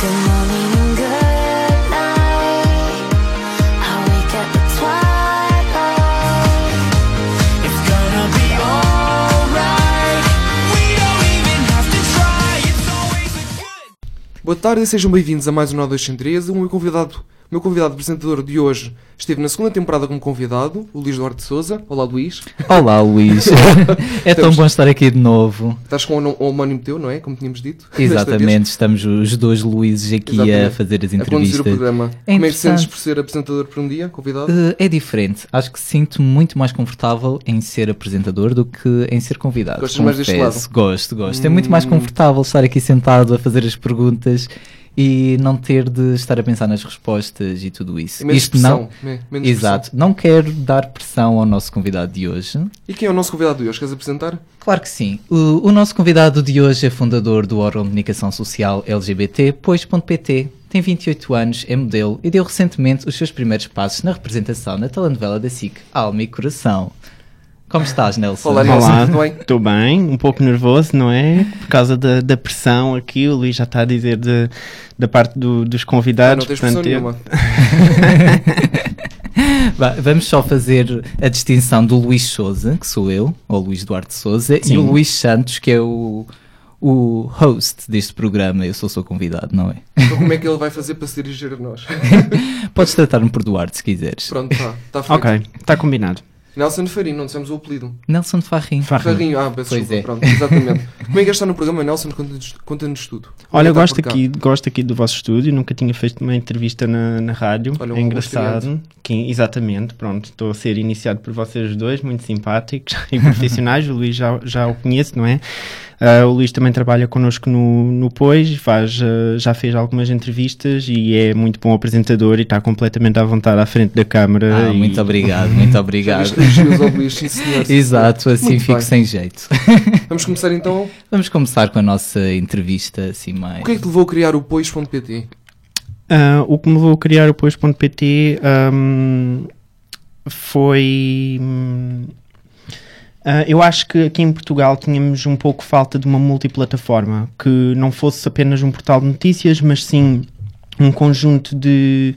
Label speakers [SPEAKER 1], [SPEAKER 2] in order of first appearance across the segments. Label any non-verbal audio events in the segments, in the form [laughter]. [SPEAKER 1] Good morning and good night. I wake up at twilight.
[SPEAKER 2] It's gonna be alright. We don't even have to try. It's always a good
[SPEAKER 3] Boa tarde e sejam bem-vindos a mais um 9213. O meu convidado, o meu convidado apresentador de hoje esteve na segunda temporada como convidado, o Luís Duarte de Souza. Olá, Luís. [laughs]
[SPEAKER 4] Olá Luís, é tão
[SPEAKER 3] Estamos-
[SPEAKER 4] bom estar aqui de novo.
[SPEAKER 3] Estás com o nom- o homónimo teu, não é? Como tínhamos dito. desta vez.
[SPEAKER 4] Exatamente, estamos os dois Luíses aqui a
[SPEAKER 3] Exatamente.
[SPEAKER 4] fazer as
[SPEAKER 3] A conduzir o
[SPEAKER 4] entrevistas.
[SPEAKER 3] programa. Como é que te sentes
[SPEAKER 4] interessante.
[SPEAKER 3] por ser apresentador por um dia, convidado?
[SPEAKER 4] Eh, é diferente, acho que sinto-me muito mais confortável em ser apresentador do que em ser convidado.
[SPEAKER 3] Gostas mais deste Hum.
[SPEAKER 4] confesso. Gosto, gosto. É muito mais confortável estar aqui sentado a fazer as perguntas e não ter de estar a pensar nas respostas e tudo isso.
[SPEAKER 3] E menos
[SPEAKER 4] Isto não.
[SPEAKER 3] pressão, né? Menos
[SPEAKER 4] Exato, não quero dar pressão ao nosso convidado de hoje,
[SPEAKER 3] E quem é o nosso convidado de hoje? Queres apresentar?
[SPEAKER 4] Claro que sim. O, o nosso convidado de hoje é fundador do órgão de comunicação social LGBT, Pois.pt. Tem 28 anos, é modelo e deu recentemente os seus primeiros passos na representação na telenovela da SIC, Alma e Coração. Como estás, Nelson?
[SPEAKER 3] Olá, Nelson.
[SPEAKER 5] Olá,
[SPEAKER 3] tudo Tá bem?
[SPEAKER 5] estou bem, um pouco nervoso, não é? Por causa da, da pressão aqui, o Luís já está a dizer de- da parte do- dos
[SPEAKER 3] Ah,
[SPEAKER 5] convidados.
[SPEAKER 3] não tens pressão
[SPEAKER 5] portanto, eu-
[SPEAKER 3] nenhuma.
[SPEAKER 4] [laughs] Va- Vamos só fazer a distinção do Luís Souza, que sou eu, ou Luís Duarte Souza, e
[SPEAKER 5] Sim.
[SPEAKER 4] o Luís Santos, que é o, o host deste programa. Eu sou o seu convidado, não é?
[SPEAKER 3] Então como é que ele vai fazer para se dirigir a nós?
[SPEAKER 4] Podes tratar-me por Duarte se quiseres.
[SPEAKER 3] Pronto, está. Está feito.
[SPEAKER 5] Ok, está combinado.
[SPEAKER 3] Nelson Farinho, não dissemos o apelido.
[SPEAKER 4] Nelson Farrin.
[SPEAKER 5] Farrinho.
[SPEAKER 3] Farinho, ah, peço
[SPEAKER 4] Pois
[SPEAKER 3] desculpa,
[SPEAKER 4] é.
[SPEAKER 3] pronto, exatamente. Como é que está no programa, Nelson? Conta-nos conta-nos tudo. Como é
[SPEAKER 5] Olha,
[SPEAKER 3] que
[SPEAKER 5] eu
[SPEAKER 3] está
[SPEAKER 5] gosto
[SPEAKER 3] por cá?
[SPEAKER 5] aqui, gosto aqui do vosso estúdio, nunca tinha feito uma entrevista na, na rádio.
[SPEAKER 3] Olha, um
[SPEAKER 5] é engraçado.
[SPEAKER 3] gosto
[SPEAKER 5] Que, exatamente, pronto, estou a ser iniciado por vocês dois, muito simpáticos [laughs] e profissionais. o Luís já, já o conheço, não é? Ah, o Luís também trabalha connosco no, no Pois, faz, ah, já fez algumas entrevistas e é muito bom apresentador e está completamente à vontade à frente da câmara.
[SPEAKER 4] Ah,
[SPEAKER 5] e-
[SPEAKER 4] muito obrigado, [laughs] muito
[SPEAKER 3] Já
[SPEAKER 4] obrigado.
[SPEAKER 3] viste elogios ao Luís, sim,
[SPEAKER 5] [laughs]
[SPEAKER 3] senhor.
[SPEAKER 4] Exato, assim
[SPEAKER 3] Muito
[SPEAKER 4] fico
[SPEAKER 3] bem.
[SPEAKER 4] sem jeito.
[SPEAKER 3] Vamos começar então.
[SPEAKER 4] Vamos começar com a nossa entrevista assim mais.
[SPEAKER 3] O que é que te levou a criar o pois.pt?
[SPEAKER 5] Ah, o que me levou a criar o Pois.pt ahm, foi. hum, ah, eu acho que aqui em Portugal tínhamos um pouco falta de uma multiplataforma que não fosse apenas um portal de notícias, mas sim um conjunto de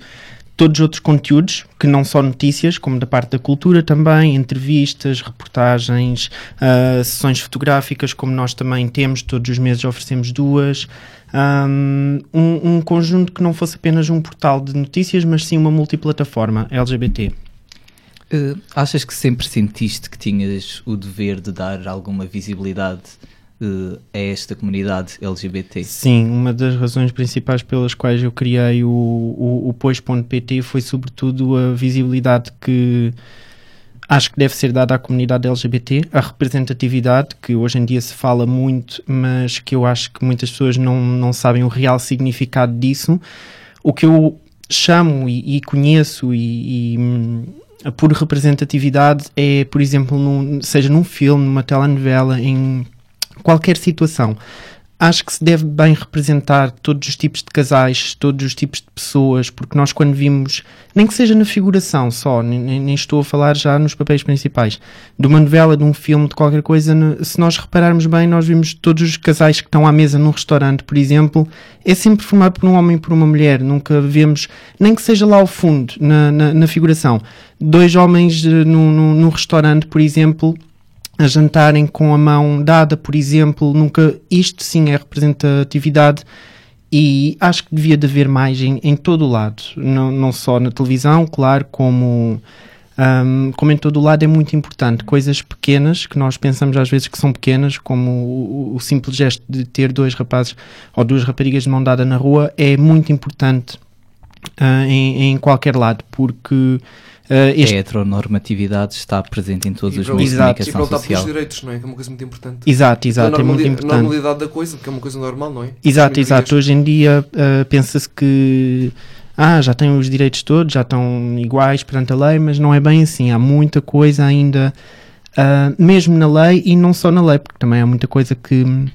[SPEAKER 5] todos os outros conteúdos, que não só notícias, como da parte da cultura também, entrevistas, reportagens, ah, sessões fotográficas, como nós também temos, todos os meses oferecemos duas. Ahm, um, um conjunto que não fosse apenas um portal de notícias, mas sim uma multiplataforma LGBT.
[SPEAKER 4] Eh, achas que sempre sentiste que tinhas o dever de dar alguma visibilidade eh, a esta comunidade LGBT?
[SPEAKER 5] Sim, uma das razões principais pelas quais eu criei o, o, o Pois.pt foi sobretudo a visibilidade que acho que deve ser dada à comunidade LGBT, a representatividade, que hoje em dia se fala muito, mas que eu acho que muitas pessoas não, não sabem o real significado disso. O que eu chamo e, e conheço e, e, hum, por representatividade é, por exemplo, num- seja num filme, numa telenovela, em qualquer situação. Acho que se deve bem representar todos os tipos de casais, todos os tipos de pessoas, porque nós quando vimos, nem que seja na figuração só, nem, nem- nem estou a falar já nos papéis principais, de uma novela, de um filme, de qualquer coisa, no- se nós repararmos bem, nós vimos todos os casais que estão à mesa num restaurante, por exemplo, é sempre formado por um homem e por uma mulher, nunca vemos, nem que seja lá ao fundo, na, na- na figuração, dois homens eh, num- num- num restaurante, por exemplo, a jantarem com a mão dada, por exemplo, nunca isto sim é representatividade e acho que devia de haver mais em, em todo o lado, não, não só na televisão, claro, como, ahm, como em todo o lado é muito importante. Coisas pequenas que nós pensamos às vezes que são pequenas, como o, o- o simples gesto de ter dois rapazes ou duas raparigas de mão dada na rua, é muito importante ah, em, em qualquer lado, porque ah,
[SPEAKER 4] A
[SPEAKER 5] este
[SPEAKER 4] heteronormatividade
[SPEAKER 5] heteronormatividade
[SPEAKER 4] está presente em todos
[SPEAKER 3] E
[SPEAKER 4] os
[SPEAKER 3] para-
[SPEAKER 4] meios de
[SPEAKER 5] Exato.
[SPEAKER 3] E para
[SPEAKER 4] comunicação
[SPEAKER 3] lutar pelos
[SPEAKER 4] social.
[SPEAKER 3] direitos, não é? Que é uma coisa muito importante.
[SPEAKER 5] Exato, exato,
[SPEAKER 3] da
[SPEAKER 5] é muito
[SPEAKER 3] normali-
[SPEAKER 5] importante.
[SPEAKER 3] normalidade da coisa, que é uma coisa normal, não é?
[SPEAKER 5] Exato,
[SPEAKER 3] Minorias.
[SPEAKER 5] exato. Hoje em dia ah, pensa-se que ah, já têm os direitos todos, já estão iguais perante a lei, mas não é bem assim. Há muita coisa ainda ah, mesmo na lei e não só na lei, porque também há muita coisa que hum,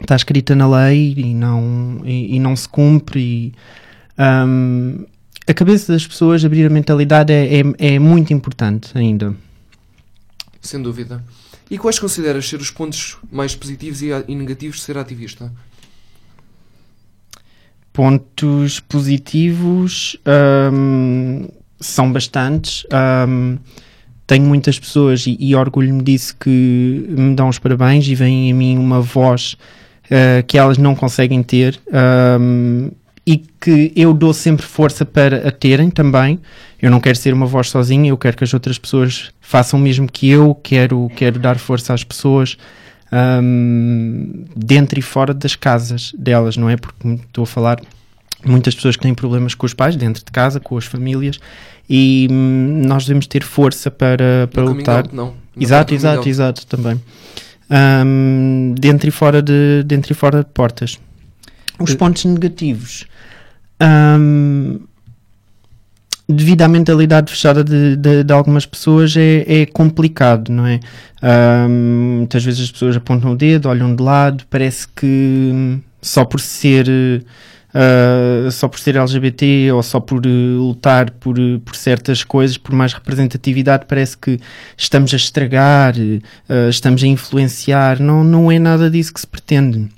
[SPEAKER 5] está escrita na lei e não, e, e não se cumpre. E, hum, a cabeça das pessoas, abrir a mentalidade é, é, é muito importante ainda.
[SPEAKER 3] Sem dúvida. E quais consideras ser os pontos mais positivos e a- e negativos de ser ativista?
[SPEAKER 5] Pontos positivos hum, são bastantes. Hum, tenho muitas pessoas e, e orgulho-me disso que me dão os parabéns e veem em mim uma voz ah, que elas não conseguem ter hum, e que eu dou sempre força para a terem também. Eu não quero ser uma voz sozinha, eu quero que as outras pessoas façam o mesmo que eu, quero, quero dar força às pessoas. hum, dentro e fora das casas delas, não é? Porque estou a falar muitas pessoas que têm problemas com os pais dentro de casa, com as famílias, e hum, nós devemos ter força para, para
[SPEAKER 3] No coming
[SPEAKER 5] lutar.
[SPEAKER 3] out, não. No
[SPEAKER 5] Exato,
[SPEAKER 3] coming
[SPEAKER 5] exato,
[SPEAKER 3] out.
[SPEAKER 5] exato, também. Ahm, dentro, e fora de, dentro e fora de portas. Os pontos negativos. Ahm, devido à mentalidade fechada de, de- de algumas pessoas, é, é complicado, não é? Ahm, muitas vezes as pessoas apontam o dedo, olham de lado, parece que hum, só por ser. eh, ah, só por ser LGBT ou só por eh, lutar por, eh, por certas coisas, por mais representatividade, parece que estamos a estragar, eh, ah, estamos a influenciar. Não, não é nada disso que se pretende.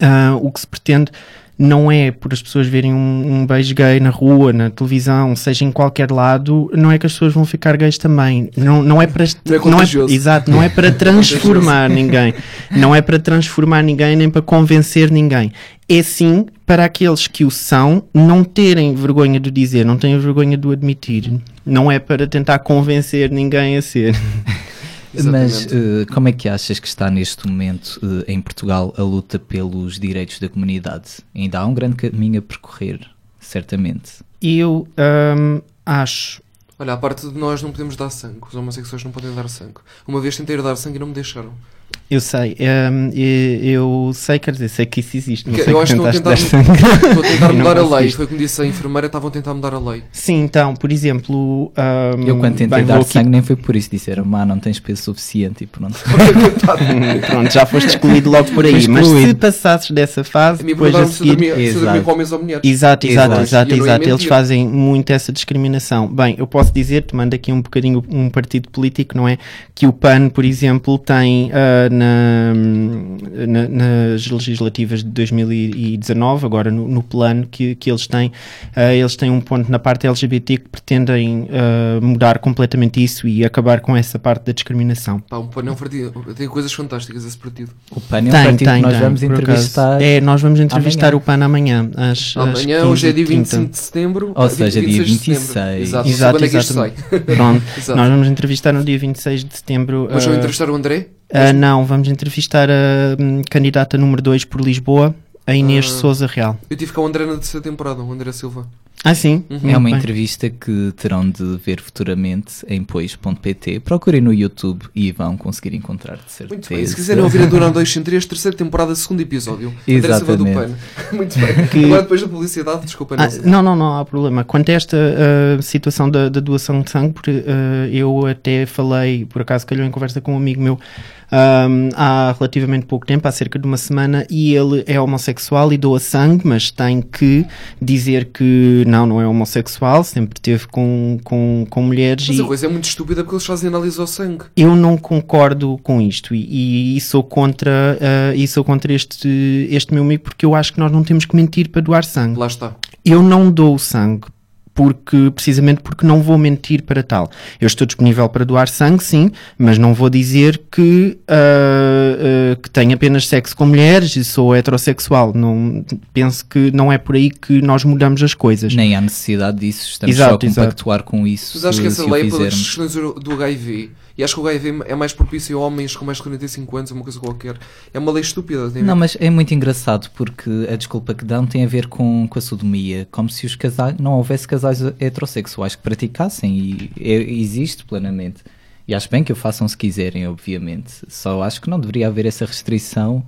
[SPEAKER 5] Ah, o que se pretende não é por as pessoas verem um, um beijo gay na rua, na televisão, seja em qualquer lado, não é que as pessoas vão ficar gays também. Não, não é para.
[SPEAKER 3] Não é contagioso.
[SPEAKER 5] exato, não é para transformar ninguém. Não é para transformar ninguém nem para convencer ninguém. É sim para aqueles que o são não terem vergonha de o dizer, não terem vergonha de o admitir. Não é para tentar convencer ninguém a ser.
[SPEAKER 4] Mas
[SPEAKER 3] Exatamente.
[SPEAKER 4] eh, como é que achas que está neste momento eh, em Portugal a luta pelos direitos da comunidade? Ainda há um grande caminho a percorrer, certamente.
[SPEAKER 5] Eu hum, acho
[SPEAKER 3] Olha, a parte de nós não podemos dar sangue. Os homossexuais não podem dar sangue. Uma vez tentei dar sangue e não me deixaram.
[SPEAKER 5] Eu sei, hum, e- eu sei, quer dizer, sei que isso existe. Não
[SPEAKER 3] Que-
[SPEAKER 5] sei
[SPEAKER 3] eu
[SPEAKER 5] que
[SPEAKER 3] acho que
[SPEAKER 5] tentaste
[SPEAKER 3] estou a
[SPEAKER 5] dar
[SPEAKER 3] tentar-
[SPEAKER 5] sangue.
[SPEAKER 3] Estou a
[SPEAKER 5] [laughs]
[SPEAKER 3] tentar
[SPEAKER 5] E não
[SPEAKER 3] mudar a lei.
[SPEAKER 5] conseguiste.
[SPEAKER 3] Foi como disse a enfermeira, estavam a tentar mudar a lei.
[SPEAKER 5] Sim, então, por exemplo. hum,
[SPEAKER 4] Eu quando tentei
[SPEAKER 5] bem,
[SPEAKER 4] dar
[SPEAKER 5] vou aqui-
[SPEAKER 4] sangue nem foi por isso, disseram, "Má, não tens peso suficiente tipo, e pronto.
[SPEAKER 5] Pronto, já foste excluído logo por aí.
[SPEAKER 4] Fui
[SPEAKER 5] Mas se
[SPEAKER 4] excluído.
[SPEAKER 5] passasses dessa
[SPEAKER 3] A
[SPEAKER 5] fase,
[SPEAKER 3] mim
[SPEAKER 5] depois a
[SPEAKER 3] perguntaram se eu
[SPEAKER 5] seguir.
[SPEAKER 3] dormia, se eu dormia
[SPEAKER 4] Exato.
[SPEAKER 3] com homens ou mulheres.
[SPEAKER 5] Exato, exato,
[SPEAKER 4] Exato.
[SPEAKER 5] exato,
[SPEAKER 3] E eu não ia
[SPEAKER 5] exato. Eles
[SPEAKER 3] mentir.
[SPEAKER 5] fazem muito essa discriminação. Bem, eu posso dizer, tomando aqui um bocadinho um partido político, não é? Que o PAN, por exemplo, tem ah, na- na- nas legislativas de 2019, agora no, no plano que, que eles têm, ah, eles têm um ponto na parte LGBT que pretendem ah, mudar completamente isso e acabar com essa parte da discriminação.
[SPEAKER 3] Pá, um pano é um partido. Tem coisas fantásticas esse partido.
[SPEAKER 4] O PAN é um partido que nós vamos
[SPEAKER 5] por acaso.
[SPEAKER 4] entrevistar.
[SPEAKER 5] É, nós vamos entrevistar
[SPEAKER 4] amanhã.
[SPEAKER 5] o PAN amanhã. Às, às
[SPEAKER 3] Amanhã, hoje é dia
[SPEAKER 5] 15h30.
[SPEAKER 3] 25 de setembro. é
[SPEAKER 4] Ou seja,
[SPEAKER 3] 26
[SPEAKER 4] dia
[SPEAKER 3] de
[SPEAKER 4] 26.
[SPEAKER 3] setembro. Exato, não sei
[SPEAKER 5] Exato,
[SPEAKER 3] quando é que isto sai.
[SPEAKER 5] exatamente. Pronto,
[SPEAKER 3] Exato.
[SPEAKER 5] nós vamos entrevistar no dia 26 de setembro.
[SPEAKER 3] Mas vão
[SPEAKER 5] ah,
[SPEAKER 3] entrevistar o André?
[SPEAKER 5] ah, não, vamos entrevistar a hum, candidata número 2 por Lisboa, a Inês
[SPEAKER 3] Ah.
[SPEAKER 5] Souza Real.
[SPEAKER 3] Eu tive com o André na terceira temporada, o André Silva.
[SPEAKER 5] Ah, sim?
[SPEAKER 4] É
[SPEAKER 3] Uhum.
[SPEAKER 5] muito
[SPEAKER 4] uma
[SPEAKER 5] bem.
[SPEAKER 4] entrevista que terão de ver futuramente em pois.pt. Procurem no YouTube e vão conseguir encontrar, de certeza.
[SPEAKER 3] Muito bem. Se quiserem ouvir a Durão 203, terceira temporada, segundo episódio. André Silva do Pano. [laughs]
[SPEAKER 4] Exatamente.
[SPEAKER 3] Muito bem.
[SPEAKER 5] Que-
[SPEAKER 3] Agora depois da publicidade, desculpa,
[SPEAKER 5] Ah,
[SPEAKER 3] Nelson.
[SPEAKER 5] não, não, não há problema. Quanto a esta ah, situação da, da doação de sangue, porque ah, eu até falei, por acaso calhou em conversa com um amigo meu ah, há relativamente pouco tempo, há cerca de uma semana, e ele é homossexual e doa sangue, mas tem que dizer que não, não é homossexual, sempre teve com, com, com mulheres
[SPEAKER 3] Mas
[SPEAKER 5] e-
[SPEAKER 3] a coisa é muito estúpida porque eles fazem análise ao sangue.
[SPEAKER 5] eu não concordo com isto e, e sou contra, ah, e sou contra este, este meu amigo porque eu acho que nós não temos que mentir para doar sangue.
[SPEAKER 3] Lá está.
[SPEAKER 5] Eu não dou sangue porque precisamente porque não vou mentir para tal. Eu estou disponível para doar sangue, sim, mas não vou dizer que ah, ah, que tenho apenas sexo com mulheres e sou heterossexual. Não penso que não é por aí que nós mudamos as coisas.
[SPEAKER 4] Nem há necessidade disso, estamos
[SPEAKER 5] Exato,
[SPEAKER 4] só a
[SPEAKER 5] exato.
[SPEAKER 4] compactuar com isso.
[SPEAKER 3] Mas acho
[SPEAKER 4] se,
[SPEAKER 3] que essa
[SPEAKER 4] se o
[SPEAKER 3] lei é pelas
[SPEAKER 4] fizermos.
[SPEAKER 3] questões do do HIV. E acho que o HIV é mais propício a homens com mais de 45 anos, uma coisa qualquer. É uma lei estúpida. tem a ver
[SPEAKER 4] Não, mas é muito engraçado porque a desculpa que dão tem a ver com, com a sodomia, como se os casais não houvesse casais heterossexuais que praticassem e é- existe plenamente. E acho bem que o façam se quiserem, obviamente. Só acho que não deveria haver essa restrição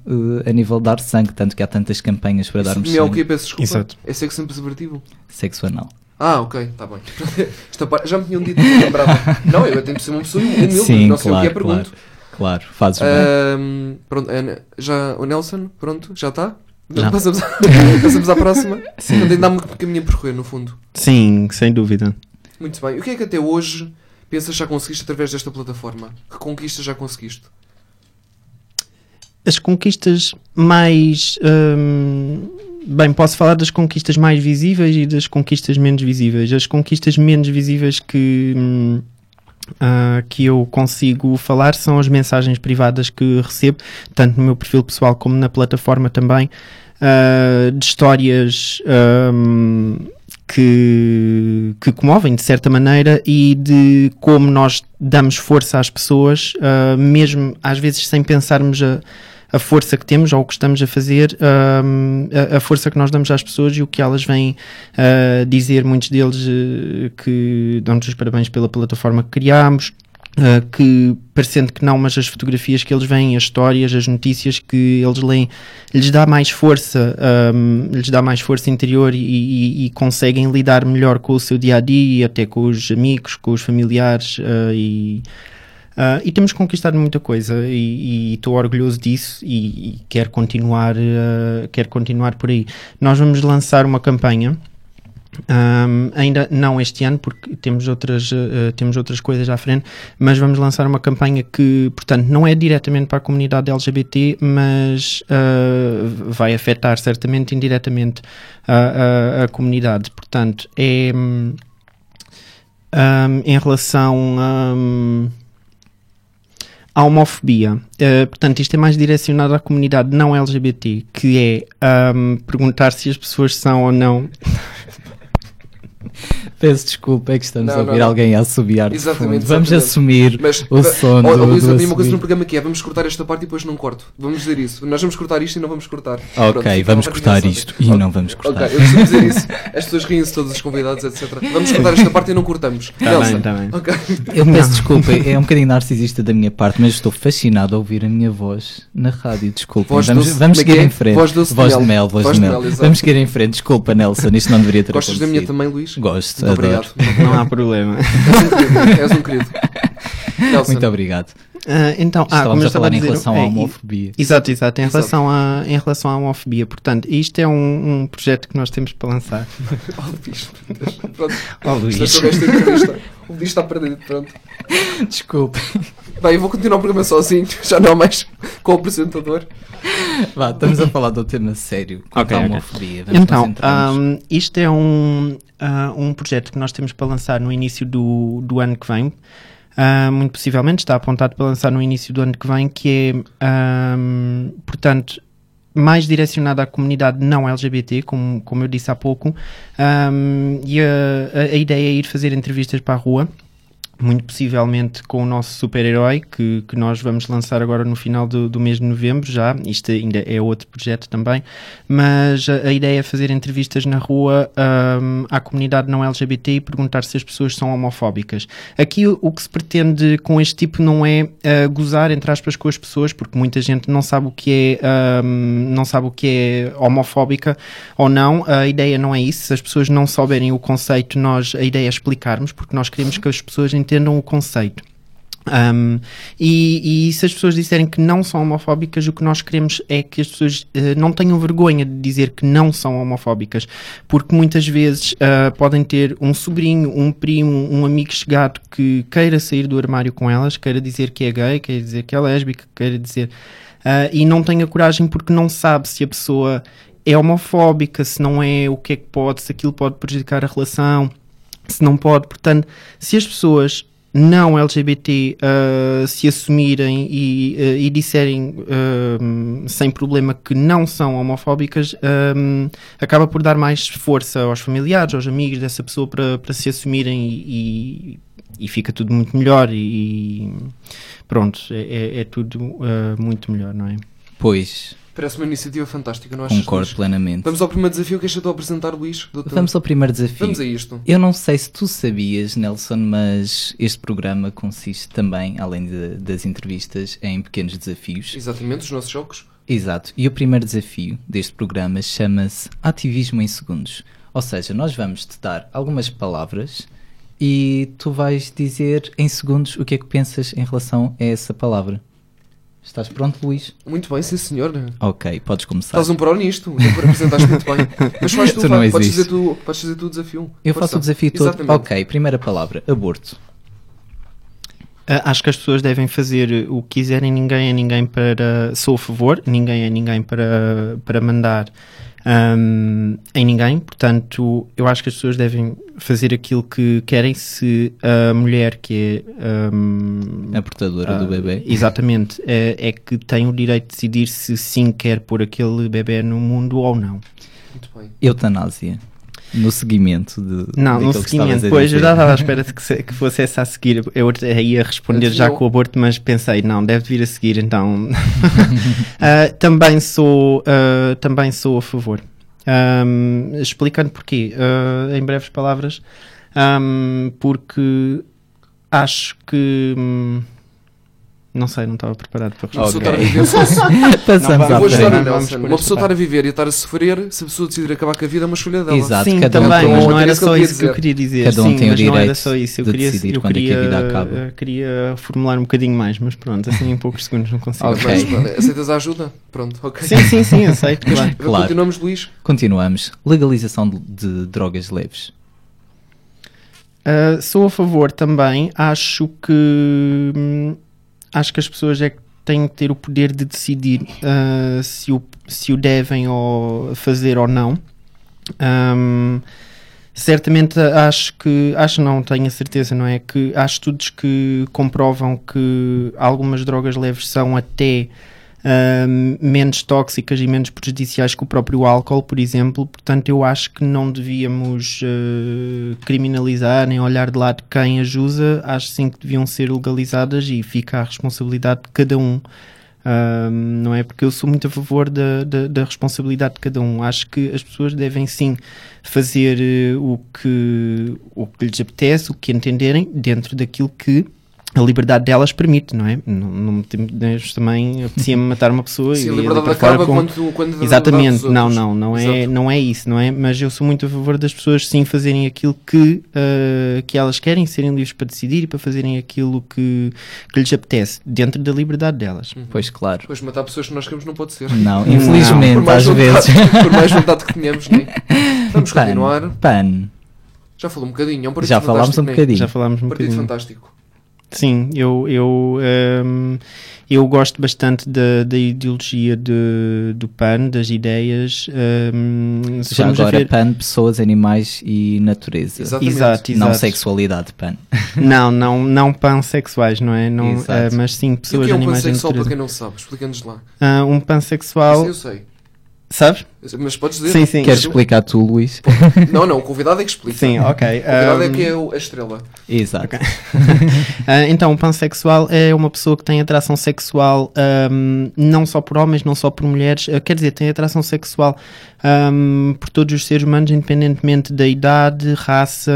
[SPEAKER 4] eh, a nível de dar sangue, tanto que há tantas campanhas para darmos
[SPEAKER 3] Sodomia é o
[SPEAKER 4] sangue
[SPEAKER 3] quê? Peço desculpa.
[SPEAKER 5] Exato.
[SPEAKER 3] É sexo sempre subvertido.
[SPEAKER 4] sexo anal.
[SPEAKER 3] Ah, ok, está bem. [laughs] Esta parte- já me tinham dito que lembrava. Não, eu tenho de ser uma pessoa humilde,
[SPEAKER 4] Sim,
[SPEAKER 3] não sei o
[SPEAKER 4] claro,
[SPEAKER 3] que é, Ah, pergunto.
[SPEAKER 4] claro. Claro, fazes bem.
[SPEAKER 3] Ahm, pronto, Ana, já, o Nelson, pronto, já está?
[SPEAKER 5] Já.
[SPEAKER 3] Passamos,
[SPEAKER 4] [laughs]
[SPEAKER 3] à- passamos à próxima. Sim. Portanto, ainda há muito caminho a percorrer, no fundo.
[SPEAKER 5] Sim, sem dúvida.
[SPEAKER 3] Muito bem. E o que é que até hoje pensas que já conseguiste através desta plataforma? Que conquistas já conseguiste?
[SPEAKER 5] As conquistas mais. hum, bem, posso falar das conquistas mais visíveis e das conquistas menos visíveis. As conquistas menos visíveis que. hum, ah, que eu consigo falar são as mensagens privadas que recebo, tanto no meu perfil pessoal como na plataforma também, ah, de histórias hum, ahm, que, que comovem de certa maneira e de como nós damos força às pessoas, ah, mesmo às vezes sem pensarmos a, a força que temos ou o que estamos a fazer, ahm, a, a força que nós damos às pessoas e o que elas vêm ah, dizer, muitos deles eh, que dão-nos os parabéns pela plataforma que criámos. ah, que parecendo que não, mas as fotografias que eles veem, as histórias, as notícias que eles leem, lhes dá mais força, ahm, lhes dá mais força interior e, e- e conseguem lidar melhor com o seu dia a dia e até com os amigos, com os familiares ah, e, ah, e temos conquistado muita coisa e e estou orgulhoso disso e, e quero, continuar, ah, quero continuar por aí. Nós vamos lançar uma campanha. ahm, ainda não este ano porque temos outras, ah, ah, temos outras coisas à frente mas vamos lançar uma campanha que portanto não é diretamente para a comunidade LGBT mas ah, vai afetar certamente indiretamente a, a- a comunidade portanto é hum, ahm, em relação hum, à homofobia. Uh, portanto, isto é mais direcionado à comunidade não LGBT, que é um, perguntar se as pessoas são ou não.
[SPEAKER 4] Peço desculpa, é que estamos
[SPEAKER 3] Não,
[SPEAKER 4] a
[SPEAKER 3] não,
[SPEAKER 4] ouvir
[SPEAKER 3] não.
[SPEAKER 4] alguém a assobiar. de
[SPEAKER 3] Exatamente,
[SPEAKER 4] fundo. Vamos
[SPEAKER 3] exatamente.
[SPEAKER 4] assumir
[SPEAKER 3] Mas,
[SPEAKER 4] o som
[SPEAKER 3] Ó,
[SPEAKER 4] do,
[SPEAKER 3] Luís,
[SPEAKER 4] do
[SPEAKER 3] eu tenho uma coisa no
[SPEAKER 4] assumir.
[SPEAKER 3] programa que é: vamos cortar esta parte e depois não corto. Vamos dizer isso. Nós vamos cortar isto e não vamos cortar. Pronto, então,
[SPEAKER 4] Ok,
[SPEAKER 3] fica
[SPEAKER 4] vamos
[SPEAKER 3] uma parte
[SPEAKER 4] cortar
[SPEAKER 3] engraçada.
[SPEAKER 4] isto e não vamos
[SPEAKER 3] assim. Ok,
[SPEAKER 4] cortar.
[SPEAKER 3] eu preciso dizer isso. As pessoas riem-se, todos os convidados, etc. Vamos cortar esta parte e não cortamos.
[SPEAKER 5] Tá bem, tá bem.
[SPEAKER 3] Ok.
[SPEAKER 4] Eu peço desculpa,
[SPEAKER 5] [laughs]
[SPEAKER 4] é um bocadinho narcisista da minha parte, mas estou fascinado a ouvir a minha voz na rádio. Desculpa,
[SPEAKER 3] Voz
[SPEAKER 4] vamos,
[SPEAKER 3] doce-
[SPEAKER 4] vamos
[SPEAKER 3] como é que
[SPEAKER 4] seguir
[SPEAKER 3] é?
[SPEAKER 4] em frente.
[SPEAKER 3] Voz doce de mel.
[SPEAKER 4] mel, voz, de mel.
[SPEAKER 3] exato.
[SPEAKER 4] vamos seguir em frente, desculpa, Nelson, isto não deveria ter
[SPEAKER 3] Gostas da minha
[SPEAKER 4] acontecido.
[SPEAKER 3] também, Luís?
[SPEAKER 4] Gosto,
[SPEAKER 3] Muito
[SPEAKER 4] adoro.
[SPEAKER 3] obrigado.
[SPEAKER 5] Não
[SPEAKER 4] [laughs]
[SPEAKER 5] há problema.
[SPEAKER 3] És um querido. Nelson, [laughs]
[SPEAKER 4] Muito obrigado.
[SPEAKER 5] Ah, então, ah,
[SPEAKER 4] Estávamos
[SPEAKER 5] como
[SPEAKER 4] a
[SPEAKER 5] eu estava
[SPEAKER 4] falar
[SPEAKER 5] a
[SPEAKER 4] em
[SPEAKER 5] dizer,
[SPEAKER 4] relação
[SPEAKER 5] é,
[SPEAKER 4] à
[SPEAKER 5] e- [laughs]
[SPEAKER 4] homofobia.
[SPEAKER 5] Exato, exato. Em
[SPEAKER 3] Exato.
[SPEAKER 5] relação, à, em relação à homofobia, portanto, isto é um, um projeto que nós temos para lançar.
[SPEAKER 3] oh, Luís. Pronto, é
[SPEAKER 5] Oh, Luís.
[SPEAKER 3] esta foi esta entrevista. O Luís está perdido, pronto.
[SPEAKER 4] Desculpa.
[SPEAKER 3] Bem, eu vou continuar o programa sozinho, [laughs] já não mais com o apresentador.
[SPEAKER 4] Vá, estamos a falar de um tema sério, quanto
[SPEAKER 5] Ok,
[SPEAKER 4] à
[SPEAKER 5] ok.
[SPEAKER 4] homofobia. Vamos
[SPEAKER 5] Então,
[SPEAKER 4] concentrar-nos.
[SPEAKER 5] ahm, isto é um, ah, um projeto que nós temos para lançar no início do, do ano que vem. Ah, muito possivelmente está apontado para lançar no início do ano que vem, que é, ahm, portanto, mais direcionado à comunidade não LGBT, como, como eu disse há pouco. Ahm, e a, a- a ideia é ir fazer entrevistas para a rua muito possivelmente com o nosso super-herói que, que nós vamos lançar agora no final do, do mês de novembro já, isto ainda é outro projeto também, mas a, a ideia é fazer entrevistas na rua ahm, à comunidade não LGBT e perguntar se as pessoas são homofóbicas. Aqui o, o que se pretende com este tipo não é ah, gozar entre aspas com as pessoas, porque muita gente não sabe o que é ahm, não sabe o que é homofóbica ou não, a ideia não é isso, se as pessoas não souberem o conceito, nós a ideia é explicarmos, porque nós queremos que as pessoas entendam o conceito. Um, e, e se as pessoas disserem que não são homofóbicas, o que nós queremos é que as pessoas eh, não tenham vergonha de dizer que não são homofóbicas, porque muitas vezes ah, podem ter um sobrinho, um primo, um amigo chegado que queira sair do armário com elas, queira dizer que é gay, queira dizer que é lésbica, queira dizer ah, e não tenha coragem porque não sabe se a pessoa é homofóbica, se não é, o que é que pode, se aquilo pode prejudicar a relação, se não pode. Portanto, se as pessoas não LGBT ah, se assumirem e, ah, e disserem ah, sem problema que não são homofóbicas, ah, acaba por dar mais força aos familiares, aos amigos dessa pessoa para, para se assumirem e, e- e fica tudo muito melhor e pronto, é, é- é tudo ah, muito melhor, não é?
[SPEAKER 4] Pois,
[SPEAKER 3] Parece uma iniciativa fantástica, não achas?
[SPEAKER 4] concordo
[SPEAKER 3] Luís?
[SPEAKER 4] plenamente.
[SPEAKER 3] Vamos ao primeiro desafio que deixa-te apresentar, Luís. Doutor.
[SPEAKER 4] Vamos ao primeiro desafio.
[SPEAKER 3] Vamos a isto.
[SPEAKER 4] Eu não sei se tu sabias, Nelson, mas este programa consiste também, além de- das entrevistas, em pequenos desafios.
[SPEAKER 3] Exatamente, os nossos jogos.
[SPEAKER 4] Exato. E o primeiro desafio deste programa chama-se Ativismo em Segundos. Ou seja, nós vamos te dar algumas palavras e tu vais dizer em segundos o que é que pensas em relação a essa palavra. Estás pronto, Luís?
[SPEAKER 3] Muito bem, sim senhor.
[SPEAKER 4] Ok, podes começar.
[SPEAKER 3] Estás um pro nisto, representaste muito bem. Mas faz tu,
[SPEAKER 4] [laughs] Tu
[SPEAKER 3] vá,
[SPEAKER 4] não
[SPEAKER 3] podes,
[SPEAKER 4] existes.
[SPEAKER 3] fazer tu podes fazer tu o desafio.
[SPEAKER 4] Eu
[SPEAKER 3] Força.
[SPEAKER 4] faço o desafio todo.
[SPEAKER 3] Exatamente.
[SPEAKER 4] Ok, primeira palavra: aborto.
[SPEAKER 5] Ah, Acho que as pessoas devem fazer o que quiserem, ninguém é ninguém para. Sou a favor, ninguém é ninguém para, para mandar ahm, em ninguém. Portanto, eu acho que as pessoas devem fazer aquilo que querem. Se a mulher que é. ahm,
[SPEAKER 4] A portadora do
[SPEAKER 5] ah,
[SPEAKER 4] bebê.
[SPEAKER 5] Exatamente, é, é que tem o direito de decidir se sim quer pôr aquele bebê no mundo ou não.
[SPEAKER 3] Muito bem.
[SPEAKER 4] Eutanásia. No seguimento de.
[SPEAKER 5] Não,
[SPEAKER 4] daquilo
[SPEAKER 5] no
[SPEAKER 4] que estavas
[SPEAKER 5] seguimento,
[SPEAKER 4] a
[SPEAKER 5] pois
[SPEAKER 4] dizer.
[SPEAKER 5] eu
[SPEAKER 4] [laughs]
[SPEAKER 5] já estava à espera de que, se- que fosse essa a seguir. Eu até ia responder
[SPEAKER 3] Antes
[SPEAKER 5] já
[SPEAKER 3] não.
[SPEAKER 5] com o aborto, mas pensei, não, deve vir a seguir, então. [laughs] Ah, também, sou, ah, também sou a favor. Ahm, explicando porquê, ah, em breves palavras, Ahm, porque acho que. hum, não sei, não estava preparado para
[SPEAKER 3] Uma pessoa estar
[SPEAKER 5] responder.
[SPEAKER 3] a viver
[SPEAKER 4] [laughs]
[SPEAKER 3] só-
[SPEAKER 4] Passamos
[SPEAKER 5] Não,
[SPEAKER 3] Boa
[SPEAKER 4] à
[SPEAKER 5] vamos-
[SPEAKER 4] frente.
[SPEAKER 3] história,
[SPEAKER 5] Vamos
[SPEAKER 3] Nelson.
[SPEAKER 5] por
[SPEAKER 3] Uma
[SPEAKER 5] esta
[SPEAKER 3] pessoa estar
[SPEAKER 5] parte.
[SPEAKER 3] a viver e estar a sofrer, se a pessoa decidir acabar com a vida, é uma escolha dela.
[SPEAKER 4] Exato,
[SPEAKER 5] Sim,
[SPEAKER 4] cada um
[SPEAKER 5] também,
[SPEAKER 4] tem
[SPEAKER 5] mas
[SPEAKER 4] um-
[SPEAKER 5] não era
[SPEAKER 3] Era isso que eu
[SPEAKER 5] só
[SPEAKER 3] queria
[SPEAKER 5] isso que eu
[SPEAKER 3] dizer.
[SPEAKER 5] queria dizer.
[SPEAKER 4] Cada um
[SPEAKER 5] Sim,
[SPEAKER 4] tem o
[SPEAKER 5] mas não era
[SPEAKER 4] direito
[SPEAKER 5] só isso. Eu
[SPEAKER 4] de
[SPEAKER 5] queria,
[SPEAKER 4] decidir
[SPEAKER 5] eu
[SPEAKER 4] quando é que a
[SPEAKER 5] queria,
[SPEAKER 4] vida acaba.
[SPEAKER 5] eu queria formular um bocadinho mais, mas pronto, assim em poucos segundos não consigo.
[SPEAKER 4] Ok.
[SPEAKER 3] Mas, pá, Aceitas a ajuda? Pronto, ok.
[SPEAKER 5] Sim, sim,
[SPEAKER 4] [laughs]
[SPEAKER 5] sim, aceito, claro.
[SPEAKER 4] Claro.
[SPEAKER 3] Continuamos, Luís.
[SPEAKER 4] Continuamos. Legalização de, de drogas leves.
[SPEAKER 5] Uh, sou a favor também. Acho que hum, acho que as pessoas é que têm que ter o poder de decidir uh, se, o, se o devem ou fazer ou não. Hum, certamente acho que acho não tenho a certeza não é que há estudos que comprovam que algumas drogas leves são até hum, menos tóxicas e menos prejudiciais que o próprio álcool, por exemplo. Portanto, eu acho que não devíamos eh, criminalizar nem olhar de lado quem as usa. Acho sim que deviam ser legalizadas e fica a responsabilidade de cada um. Hum, não é porque eu sou muito a favor da, da, da responsabilidade de cada um. Acho que as pessoas devem sim fazer eh, o, que, o que lhes apetece, o que entenderem, dentro daquilo que a liberdade delas permite, não é? Não, não me tem- mas também
[SPEAKER 3] [laughs]
[SPEAKER 5] apetecia-me matar uma pessoa
[SPEAKER 3] Sim, a
[SPEAKER 5] e ia
[SPEAKER 3] liberdade
[SPEAKER 5] deitar fora
[SPEAKER 3] acaba
[SPEAKER 5] com-
[SPEAKER 3] quando, quando a liberdade
[SPEAKER 5] Exatamente,
[SPEAKER 3] dos
[SPEAKER 5] não,
[SPEAKER 3] outros.
[SPEAKER 5] não, não é,
[SPEAKER 3] Exato.
[SPEAKER 5] não é isso, não é? Mas eu sou muito a favor das pessoas sim fazerem aquilo que, ah, que elas querem, serem livres para decidir e para fazerem aquilo que, que lhes apetece, dentro da liberdade delas.
[SPEAKER 4] Pois claro.
[SPEAKER 3] Pois matar pessoas que nós queremos não pode ser.
[SPEAKER 4] Não,
[SPEAKER 5] Não.
[SPEAKER 4] infelizmente,
[SPEAKER 3] Por mais
[SPEAKER 4] às
[SPEAKER 3] vontade,
[SPEAKER 4] vezes.
[SPEAKER 3] [laughs] por mais vontade que tenhamos, né? Vamos continuar.
[SPEAKER 4] Pan, pan.
[SPEAKER 3] Já falou um bocadinho, é um partido
[SPEAKER 4] Já falámos
[SPEAKER 3] fantástico,
[SPEAKER 4] um
[SPEAKER 3] né?
[SPEAKER 4] bocadinho.
[SPEAKER 5] Já falámos um
[SPEAKER 3] Um partido
[SPEAKER 5] bocadinho.
[SPEAKER 3] fantástico.
[SPEAKER 5] Sim, eu, eu, ehm, eu gosto bastante da, da ideologia de, do PAN, das ideias. ehm, se
[SPEAKER 4] Já
[SPEAKER 5] formos a
[SPEAKER 4] agora,
[SPEAKER 5] ver-
[SPEAKER 4] pan, pessoas, animais e natureza.
[SPEAKER 3] Exatamente.
[SPEAKER 5] Exato, exato.
[SPEAKER 4] Não sexualidade, pan.
[SPEAKER 5] Não, não, não pansexuais, não é? Não,
[SPEAKER 4] Exato.
[SPEAKER 5] eh, mas sim
[SPEAKER 3] E o
[SPEAKER 5] pessoas,
[SPEAKER 3] que é um
[SPEAKER 5] animais e
[SPEAKER 3] pansexual para
[SPEAKER 5] natureza.
[SPEAKER 3] quem não sabe? Explica-nos lá.
[SPEAKER 5] Ah, um pansexual,
[SPEAKER 3] Isso eu sei.
[SPEAKER 5] sabes?
[SPEAKER 3] Mas podes dizer?
[SPEAKER 5] Sim, sim.
[SPEAKER 4] [laughs] Queres
[SPEAKER 3] Tu?
[SPEAKER 4] explicar tu, Luís?
[SPEAKER 3] Não, não, o convidado é que explica.
[SPEAKER 5] Sim, ok.
[SPEAKER 3] O convidado é
[SPEAKER 5] ehm,
[SPEAKER 3] que é o- a estrela.
[SPEAKER 4] Exato.
[SPEAKER 5] Ah, então, um pansexual é uma pessoa que tem atração sexual ahm, não só por homens, não só por mulheres, ah, quer dizer, tem atração sexual ahm, por todos os seres humanos, independentemente da idade, raça.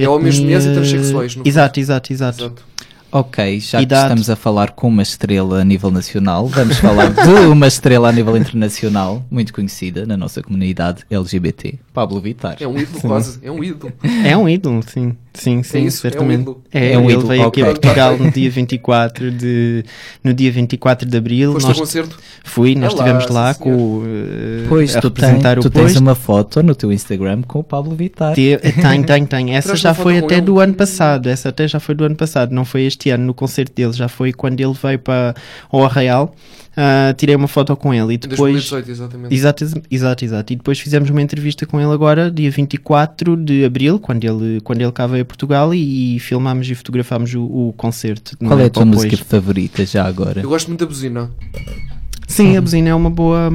[SPEAKER 3] É homens,
[SPEAKER 5] etnia.
[SPEAKER 3] mulheres e transexuais, no
[SPEAKER 5] Exato, exato, exato.
[SPEAKER 3] Exato.
[SPEAKER 4] Ok, já que
[SPEAKER 5] Idade.
[SPEAKER 4] estamos a falar com uma estrela a nível nacional, vamos falar de uma estrela a nível internacional, muito conhecida na nossa comunidade LGBT, Pablo Vittar.
[SPEAKER 3] É um ídolo quase. É um ídolo.
[SPEAKER 5] É um ídolo, sim. Sim, sim,
[SPEAKER 3] isso, é um
[SPEAKER 5] certamente.
[SPEAKER 3] ídolo.
[SPEAKER 5] É,
[SPEAKER 4] É um
[SPEAKER 5] ele
[SPEAKER 4] ídolo,
[SPEAKER 5] veio aqui a
[SPEAKER 4] ok.
[SPEAKER 3] [laughs]
[SPEAKER 5] Portugal no dia 24 de, no dia 24 de abril.
[SPEAKER 3] Foste ao
[SPEAKER 5] nós,
[SPEAKER 3] concerto?
[SPEAKER 5] fui, nós
[SPEAKER 3] Olá,
[SPEAKER 5] estivemos lá
[SPEAKER 3] sim,
[SPEAKER 5] com, o, eh,
[SPEAKER 4] Pois,
[SPEAKER 5] a
[SPEAKER 4] tu, tens,
[SPEAKER 5] representar
[SPEAKER 4] tu
[SPEAKER 5] o
[SPEAKER 4] tens
[SPEAKER 5] posto.
[SPEAKER 4] uma foto no teu Instagram com o Pablo Vittar.
[SPEAKER 5] Te- Tem, tem, tem. Essa
[SPEAKER 3] Traz
[SPEAKER 5] já
[SPEAKER 3] uma foto
[SPEAKER 5] foi
[SPEAKER 3] com
[SPEAKER 5] até
[SPEAKER 3] ele.
[SPEAKER 5] do ano passado. Essa até já foi do ano passado. Não foi este ano no concerto dele. Já foi quando ele veio para o Arraial. Ah, tirei uma foto com ele e
[SPEAKER 3] Em
[SPEAKER 5] depois.
[SPEAKER 3] 2018, exatamente.
[SPEAKER 5] Exato, exato, exato. E depois fizemos uma entrevista com ele agora, dia 24 de abril, quando ele, quando ele cá veio a Portugal e, e filmámos e fotografámos o, o concerto. não
[SPEAKER 4] Qual é a
[SPEAKER 5] Para
[SPEAKER 4] tua
[SPEAKER 5] o
[SPEAKER 4] música
[SPEAKER 5] Pois.
[SPEAKER 4] favorita já agora?
[SPEAKER 3] Eu gosto muito da buzina.
[SPEAKER 5] Sim, a buzina é uma boa.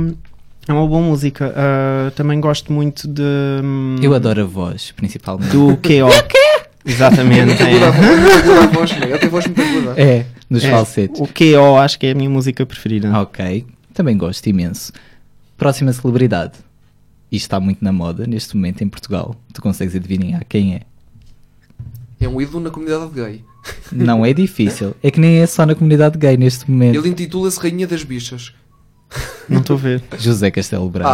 [SPEAKER 5] É uma boa música. Ah, também gosto muito de. hum,
[SPEAKER 4] Eu adoro a voz, principalmente.
[SPEAKER 5] Do K.O.
[SPEAKER 3] [laughs]
[SPEAKER 5] Exatamente.
[SPEAKER 3] Tem
[SPEAKER 5] é.
[SPEAKER 3] voz, tem voz, né? Ela tem voz muito aguda.
[SPEAKER 4] É, dos
[SPEAKER 5] É,
[SPEAKER 4] falsetes.
[SPEAKER 5] O K.O. acho que é a minha música preferida.
[SPEAKER 4] Ok, também gosto imenso. Próxima celebridade. E está muito na moda neste momento em Portugal. Tu consegues adivinhar quem é?
[SPEAKER 3] É um ídolo na comunidade gay.
[SPEAKER 4] Não é difícil. É que nem é só na comunidade gay neste momento.
[SPEAKER 3] Ele intitula-se Rainha das Bichas.
[SPEAKER 5] Não estou a ver.
[SPEAKER 4] José Castelo Branco. [laughs]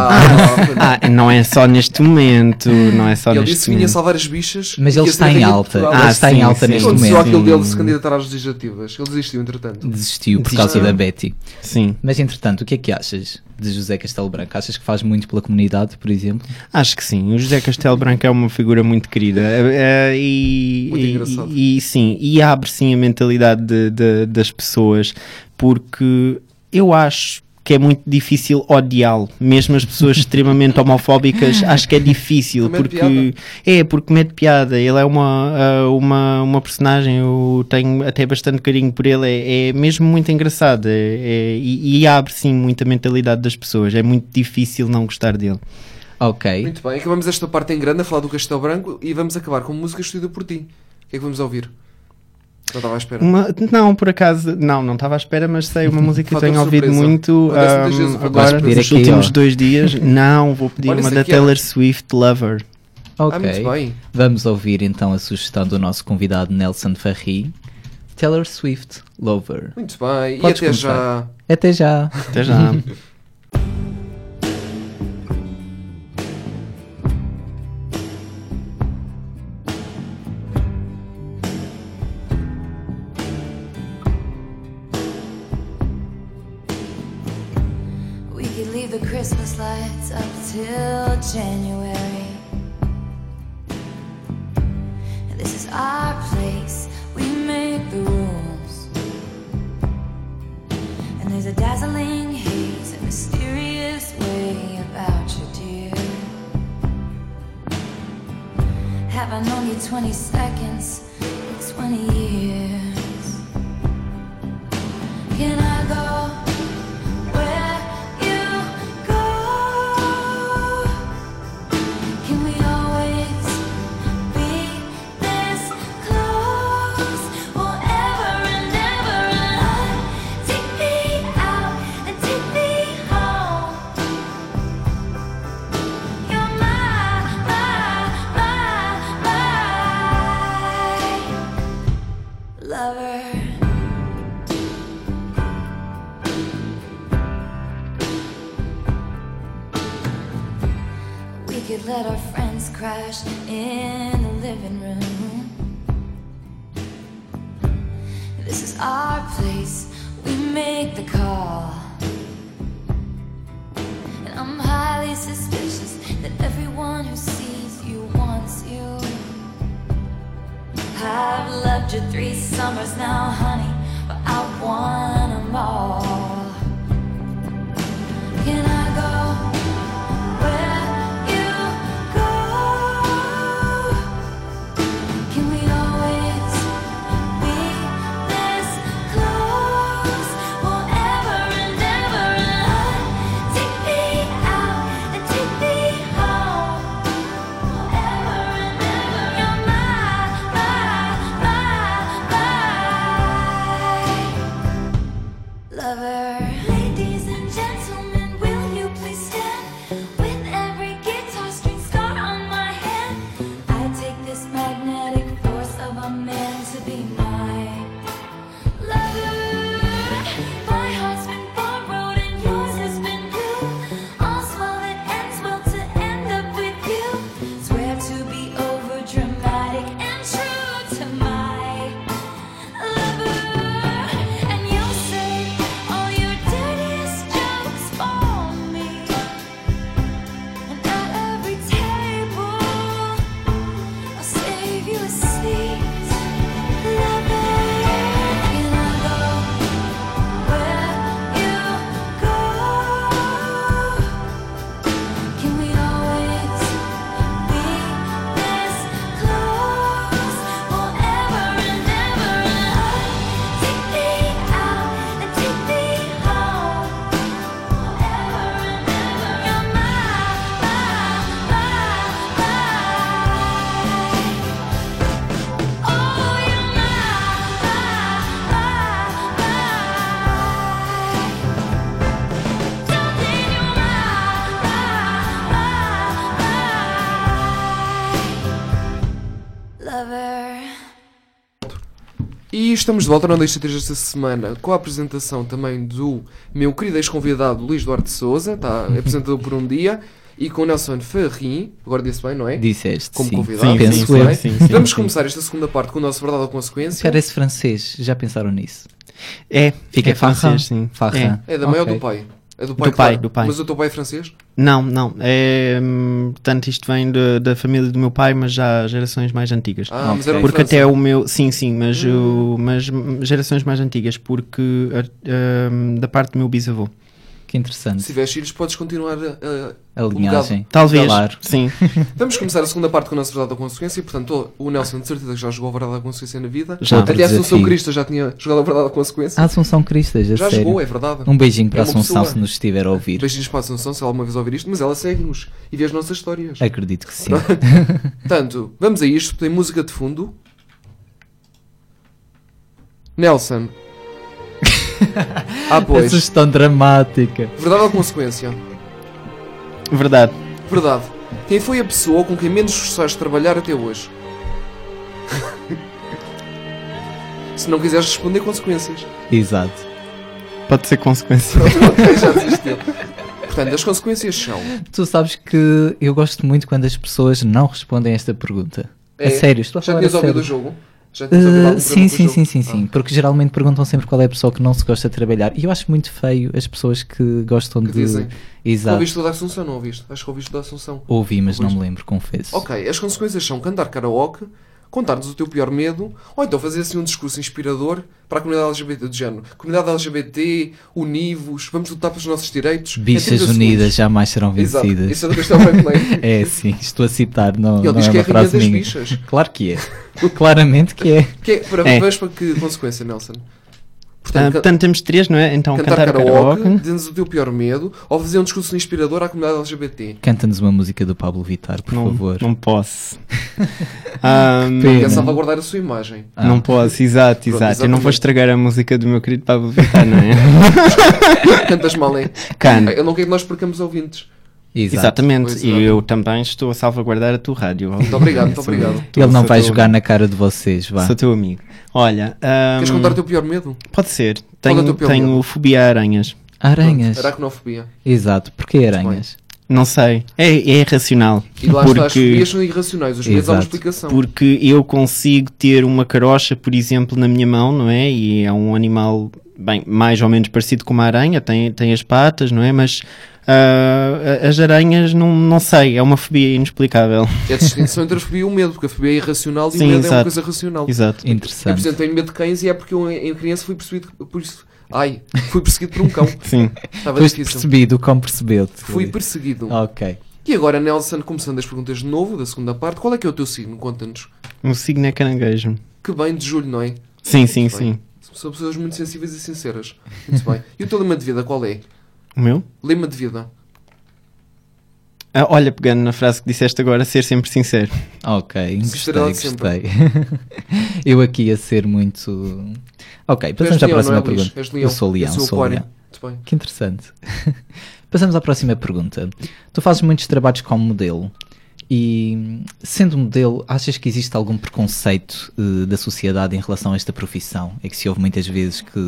[SPEAKER 3] Ah,
[SPEAKER 5] Ah, não é só neste momento. Não é só
[SPEAKER 3] ele disse
[SPEAKER 5] neste
[SPEAKER 3] que vinha
[SPEAKER 5] momento.
[SPEAKER 3] salvar as bichas.
[SPEAKER 4] Mas
[SPEAKER 3] e
[SPEAKER 4] ele
[SPEAKER 3] ia
[SPEAKER 4] está
[SPEAKER 3] ser
[SPEAKER 4] em
[SPEAKER 3] rainha de
[SPEAKER 4] alta.
[SPEAKER 3] Portugal.
[SPEAKER 4] Ah,
[SPEAKER 5] Ah,
[SPEAKER 4] está em
[SPEAKER 5] sim,
[SPEAKER 4] alta
[SPEAKER 5] sim.
[SPEAKER 3] E
[SPEAKER 4] neste
[SPEAKER 3] aconteceu
[SPEAKER 4] momento.
[SPEAKER 3] aquilo dele se candidatar às legislativas. Ele desistiu, entretanto.
[SPEAKER 4] Desistiu por causa da Betty.
[SPEAKER 5] Sim.
[SPEAKER 4] Mas entretanto, o que é que achas de José Castelo Branco? Achas que faz muito pela comunidade, por exemplo?
[SPEAKER 5] Acho que sim. O José Castelo Branco é uma figura muito querida eh, eh, e,
[SPEAKER 3] Muito
[SPEAKER 5] e-
[SPEAKER 3] engraçado.
[SPEAKER 5] e, sim, e abre sim a mentalidade de- de- das pessoas porque eu acho que é muito difícil odiá-lo, mesmo as pessoas
[SPEAKER 3] [laughs]
[SPEAKER 5] extremamente homofóbicas, acho que é difícil
[SPEAKER 3] Também
[SPEAKER 5] porque
[SPEAKER 3] piada.
[SPEAKER 5] é porque mete piada. Ele é uma ah, uma uma personagem. Eu tenho até bastante carinho por ele. É, é mesmo muito engraçado é- é- e, e abre sim muito a mentalidade das pessoas. É muito difícil não gostar dele.
[SPEAKER 4] Ok.
[SPEAKER 3] Muito bem, acabamos esta parte em grande a falar do Castelo Branco e vamos acabar com música escolhida por ti. O que é que vamos ouvir? Não estava à espera.
[SPEAKER 4] Hum,
[SPEAKER 5] Uma- não, por acaso, não, não estava à espera, mas sei uma música que
[SPEAKER 3] Fator
[SPEAKER 5] tenho ouvido
[SPEAKER 3] surpresa.
[SPEAKER 5] muito
[SPEAKER 3] Olha, essa
[SPEAKER 5] ahm,
[SPEAKER 3] tens vezes vou
[SPEAKER 5] agora,
[SPEAKER 4] pedir
[SPEAKER 5] nos
[SPEAKER 4] aqui,
[SPEAKER 5] últimos
[SPEAKER 4] ó.
[SPEAKER 5] dois dias. Não, vou pedir
[SPEAKER 3] Olha,
[SPEAKER 5] uma
[SPEAKER 3] essa
[SPEAKER 5] da
[SPEAKER 3] aqui, ó.
[SPEAKER 5] Taylor Swift, Lover.
[SPEAKER 4] Ok.
[SPEAKER 3] Ah, muito bem.
[SPEAKER 4] Vamos ouvir então a sugestão do nosso convidado Nelson Farri, Taylor Swift Lover.
[SPEAKER 3] Muito bem. e
[SPEAKER 4] Podes
[SPEAKER 3] até
[SPEAKER 4] começar.
[SPEAKER 3] já.
[SPEAKER 4] Até já.
[SPEAKER 5] Até já.
[SPEAKER 1] We could leave the Christmas lights up till January. And This is our place, we make the rules. And there's a dazzling haze, a mysterious way about you, dear. Have I known you 20 seconds or 20 years? Can I go? Where you go, can we always be this close? Forever and ever and take me out and take me home. You're my, my, my, my lover. We could let our friends crash in the living room. This is our place, we make the call. And I'm highly suspicious that everyone who sees you wants you. I've loved you three summers now, honey, but I want 'em all. Can I go? Where you go, can we always be this close? Forever and ever and take me out and take me home. Forever and ever, you're my, my, my, my lover.
[SPEAKER 3] E estamos de volta na lista 3 desta semana com a apresentação também do meu querido ex-convidado Luís Duarte Souza, tá, apresentador por um dia, e com o Nelson Ferrin, agora disse bem, não é?
[SPEAKER 4] Disseste.
[SPEAKER 3] Como
[SPEAKER 4] sim.
[SPEAKER 3] convidado,
[SPEAKER 5] Sim,
[SPEAKER 4] penso
[SPEAKER 5] sim,
[SPEAKER 4] eu.
[SPEAKER 5] sim, sim, sim,
[SPEAKER 3] Vamos
[SPEAKER 5] sim.
[SPEAKER 3] começar esta segunda parte com o nosso Verdade ou Consequência.
[SPEAKER 4] Parece francês, já pensaram nisso?
[SPEAKER 5] É,
[SPEAKER 4] Fica
[SPEAKER 5] é
[SPEAKER 4] farra?
[SPEAKER 5] francês, sim.
[SPEAKER 4] Farra.
[SPEAKER 5] É.
[SPEAKER 3] É da mãe
[SPEAKER 4] Ok.
[SPEAKER 3] ou do pai? É do
[SPEAKER 5] Do
[SPEAKER 3] que
[SPEAKER 5] pai,
[SPEAKER 3] tá-
[SPEAKER 5] do pai.
[SPEAKER 3] Mas o teu pai é francês?
[SPEAKER 5] Não, não. É, hum, portanto, isto vem de- da família do meu pai, mas já gerações mais antigas.
[SPEAKER 3] Ah, mas
[SPEAKER 4] Ok.
[SPEAKER 3] era em
[SPEAKER 5] Porque
[SPEAKER 3] França.
[SPEAKER 5] até o meu. Sim, sim, mas, o- mas hum, gerações mais antigas, porque ah, hum, da parte do meu bisavô.
[SPEAKER 4] Que interessante.
[SPEAKER 3] Se tiveres filhos, podes continuar a- a,
[SPEAKER 4] A linhagem.
[SPEAKER 5] Talvez.
[SPEAKER 4] Claro.
[SPEAKER 5] Sim.
[SPEAKER 3] Vamos começar a segunda parte com o nosso Verdade ou Consequência. Portanto, o Nelson, de certeza, que já jogou a Verdade ou Consequência na vida.
[SPEAKER 5] Já.
[SPEAKER 3] Até a Assunção
[SPEAKER 4] Desafio.
[SPEAKER 3] Cristo já tinha jogado a Verdade ou Consequência.
[SPEAKER 4] A Assunção Cristas,
[SPEAKER 5] Ah,
[SPEAKER 4] a
[SPEAKER 3] já
[SPEAKER 4] sério.
[SPEAKER 3] jogou, é verdade.
[SPEAKER 4] Um beijinho
[SPEAKER 3] É
[SPEAKER 4] para a
[SPEAKER 3] uma
[SPEAKER 4] Assunção
[SPEAKER 3] pessoa.
[SPEAKER 4] se nos estiver a ouvir.
[SPEAKER 3] Beijinhos para a Assunção, se ela alguma vez ouvir isto, mas ela segue-nos e vê as nossas histórias.
[SPEAKER 4] Acredito que sim.
[SPEAKER 3] Portanto, vamos a isto. Tem música de fundo.
[SPEAKER 4] [laughs]
[SPEAKER 3] Nelson. Ah,
[SPEAKER 4] A
[SPEAKER 3] pois.
[SPEAKER 4] sugestão dramática.
[SPEAKER 3] Verdade ou consequência?
[SPEAKER 5] Verdade.
[SPEAKER 3] Verdade. Quem foi a pessoa com quem menos gostaste de trabalhar até hoje? [laughs] Se não quiseres responder, consequências.
[SPEAKER 4] Exato.
[SPEAKER 5] Pode ser consequência.
[SPEAKER 3] Já desistiu. Portanto, as consequências são.
[SPEAKER 4] Tu sabes que eu gosto muito quando as pessoas não respondem a esta pergunta.
[SPEAKER 3] É,
[SPEAKER 4] a sério, estou a
[SPEAKER 3] Já
[SPEAKER 4] falar a
[SPEAKER 3] tinhas ouvido
[SPEAKER 4] sério.
[SPEAKER 3] o jogo? Já tinhas ouvido algum programa
[SPEAKER 4] Uh, sim,
[SPEAKER 3] do
[SPEAKER 4] sim,
[SPEAKER 3] jogo?
[SPEAKER 4] sim, sim,
[SPEAKER 3] Ah.
[SPEAKER 4] sim. Porque geralmente perguntam sempre qual é a pessoa que não se gosta de trabalhar. E eu acho muito feio as pessoas que gostam
[SPEAKER 3] Que
[SPEAKER 4] de.
[SPEAKER 3] dizem.
[SPEAKER 4] Exato.
[SPEAKER 3] Ah. Ouviste o da Assunção, não ouviste? Acho que ouviste o da Assunção.
[SPEAKER 4] Ouvi, mas não
[SPEAKER 3] Ouviste.
[SPEAKER 4] me lembro, confesso.
[SPEAKER 3] Ok, É as consequências são cantar karaoke, contar-nos o teu pior medo, ou então fazer assim um discurso inspirador para a comunidade LGBT do género. Comunidade LGBT, univos, vamos lutar pelos nossos direitos. em
[SPEAKER 4] Bichas
[SPEAKER 3] 30
[SPEAKER 4] unidas
[SPEAKER 3] segundos.
[SPEAKER 4] jamais serão
[SPEAKER 3] tipo Exato,
[SPEAKER 4] vencidas.
[SPEAKER 3] isso é do Castelo Branco
[SPEAKER 4] [laughs] É, sim, estou a citar, não,
[SPEAKER 3] E ele
[SPEAKER 4] não
[SPEAKER 3] diz
[SPEAKER 4] é
[SPEAKER 3] que é
[SPEAKER 4] uma
[SPEAKER 3] a rainha
[SPEAKER 4] frase
[SPEAKER 3] das
[SPEAKER 4] minha.
[SPEAKER 3] bichas.
[SPEAKER 4] [laughs] Claro que é. Claramente que é.
[SPEAKER 3] Que é, para,
[SPEAKER 5] É.
[SPEAKER 3] Vejo para que consequência, Nelson.
[SPEAKER 5] Ah,
[SPEAKER 3] Portanto, can-
[SPEAKER 5] portanto, temos três, não é? Então,
[SPEAKER 3] cantar,
[SPEAKER 5] cantar,
[SPEAKER 3] karaoke,
[SPEAKER 5] karaoke.
[SPEAKER 3] dizer-nos o teu pior medo, ou fazer um discurso inspirador à comunidade LGBT.
[SPEAKER 4] Canta-nos uma música do Pablo Vittar, por
[SPEAKER 5] Não,
[SPEAKER 4] favor.
[SPEAKER 3] [laughs]
[SPEAKER 5] não posso. Ahm,
[SPEAKER 4] Pena.
[SPEAKER 3] Que é salvaguardar a sua imagem.
[SPEAKER 4] Ah.
[SPEAKER 5] Não posso, exato,
[SPEAKER 3] Pronto,
[SPEAKER 5] exato. Eu não vou
[SPEAKER 3] exatamente.
[SPEAKER 5] estragar a música do meu querido Pablo Vittar, não
[SPEAKER 3] [laughs]
[SPEAKER 5] é?
[SPEAKER 3] Cantas mal, é?
[SPEAKER 5] Canto.
[SPEAKER 3] Eu não quero que nós percamos ouvintes.
[SPEAKER 4] Exato.
[SPEAKER 5] Exatamente,
[SPEAKER 3] Pois,
[SPEAKER 5] e
[SPEAKER 3] exato.
[SPEAKER 5] eu também estou a salvaguardar a tua rádio.
[SPEAKER 3] Muito obrigado, muito obrigado.
[SPEAKER 4] Ele não vai jogar
[SPEAKER 5] nada.
[SPEAKER 4] na cara de vocês, vá.
[SPEAKER 5] Sou teu amigo. Olha, ahm,
[SPEAKER 3] Queres contar o teu pior medo?
[SPEAKER 5] pode ser.
[SPEAKER 3] Qual é o
[SPEAKER 5] Tenho,
[SPEAKER 3] teu pior medo?
[SPEAKER 5] tenho fobia a aranhas.
[SPEAKER 4] Aranhas.
[SPEAKER 3] Pronto, Aracnofobia.
[SPEAKER 4] Exato. Porquê aranhas?
[SPEAKER 5] Não sei, é, é irracional.
[SPEAKER 3] E lá está, as
[SPEAKER 5] Porque,
[SPEAKER 3] fobias são irracionais, os medos há uma
[SPEAKER 4] Exato.
[SPEAKER 3] explicação.
[SPEAKER 5] porque eu consigo ter uma carocha, por exemplo, na minha mão, não é? E é um animal, bem, mais ou menos parecido com uma aranha, tem, tem as patas, não é? Mas ah, as aranhas, não, não sei, é uma fobia
[SPEAKER 3] [laughs]
[SPEAKER 5] inexplicável.
[SPEAKER 3] É a distinção entre a fobia e o medo, porque a fobia é irracional e
[SPEAKER 5] Sim,
[SPEAKER 3] o medo é uma
[SPEAKER 5] exato.
[SPEAKER 3] coisa racional.
[SPEAKER 5] Exato.
[SPEAKER 3] Eu, por
[SPEAKER 4] Interessante.
[SPEAKER 3] exemplo, tenho medo de cães e é porque eu, em criança, fui perseguido por isso. Ai, fui perseguido por um
[SPEAKER 4] [laughs]
[SPEAKER 3] cão.
[SPEAKER 5] Sim.
[SPEAKER 3] Estava
[SPEAKER 4] Foste
[SPEAKER 3] difícil.
[SPEAKER 4] percebido, Ah. como percebeu-te.
[SPEAKER 3] Fui um. perseguido.
[SPEAKER 4] Ok.
[SPEAKER 3] E agora, Nelson, começando as perguntas de novo, da segunda parte, qual é que é o teu signo? Conta-nos.
[SPEAKER 5] O meu signo é caranguejo.
[SPEAKER 3] Que bem de julho, não é?
[SPEAKER 5] Sim, sim,
[SPEAKER 3] Muito bem.
[SPEAKER 5] sim.
[SPEAKER 3] São pessoas muito sensíveis e sinceras. Muito bem. E o teu lema de vida qual é?
[SPEAKER 5] O meu?
[SPEAKER 3] Lema de vida.
[SPEAKER 5] Ah, olha, pegando na frase que disseste agora, ser sempre sincero.
[SPEAKER 4] Ok, gostei,
[SPEAKER 3] Sinceridade sempre.
[SPEAKER 4] gostei. [laughs] eu aqui a ser muito. Ok,
[SPEAKER 3] Tu
[SPEAKER 4] passamos à
[SPEAKER 3] és leão, não
[SPEAKER 4] próxima
[SPEAKER 3] é, Luís?
[SPEAKER 4] pergunta.
[SPEAKER 3] És leão.
[SPEAKER 4] eu sou leão,
[SPEAKER 3] eu sou
[SPEAKER 4] sou
[SPEAKER 3] aquário.
[SPEAKER 4] leão.
[SPEAKER 3] Muito bem.
[SPEAKER 4] Que interessante. [laughs] Passamos à próxima pergunta. Tu fazes muitos trabalhos como modelo e, sendo modelo, achas que existe algum preconceito eh, da sociedade em relação a esta profissão? É que se ouve muitas vezes que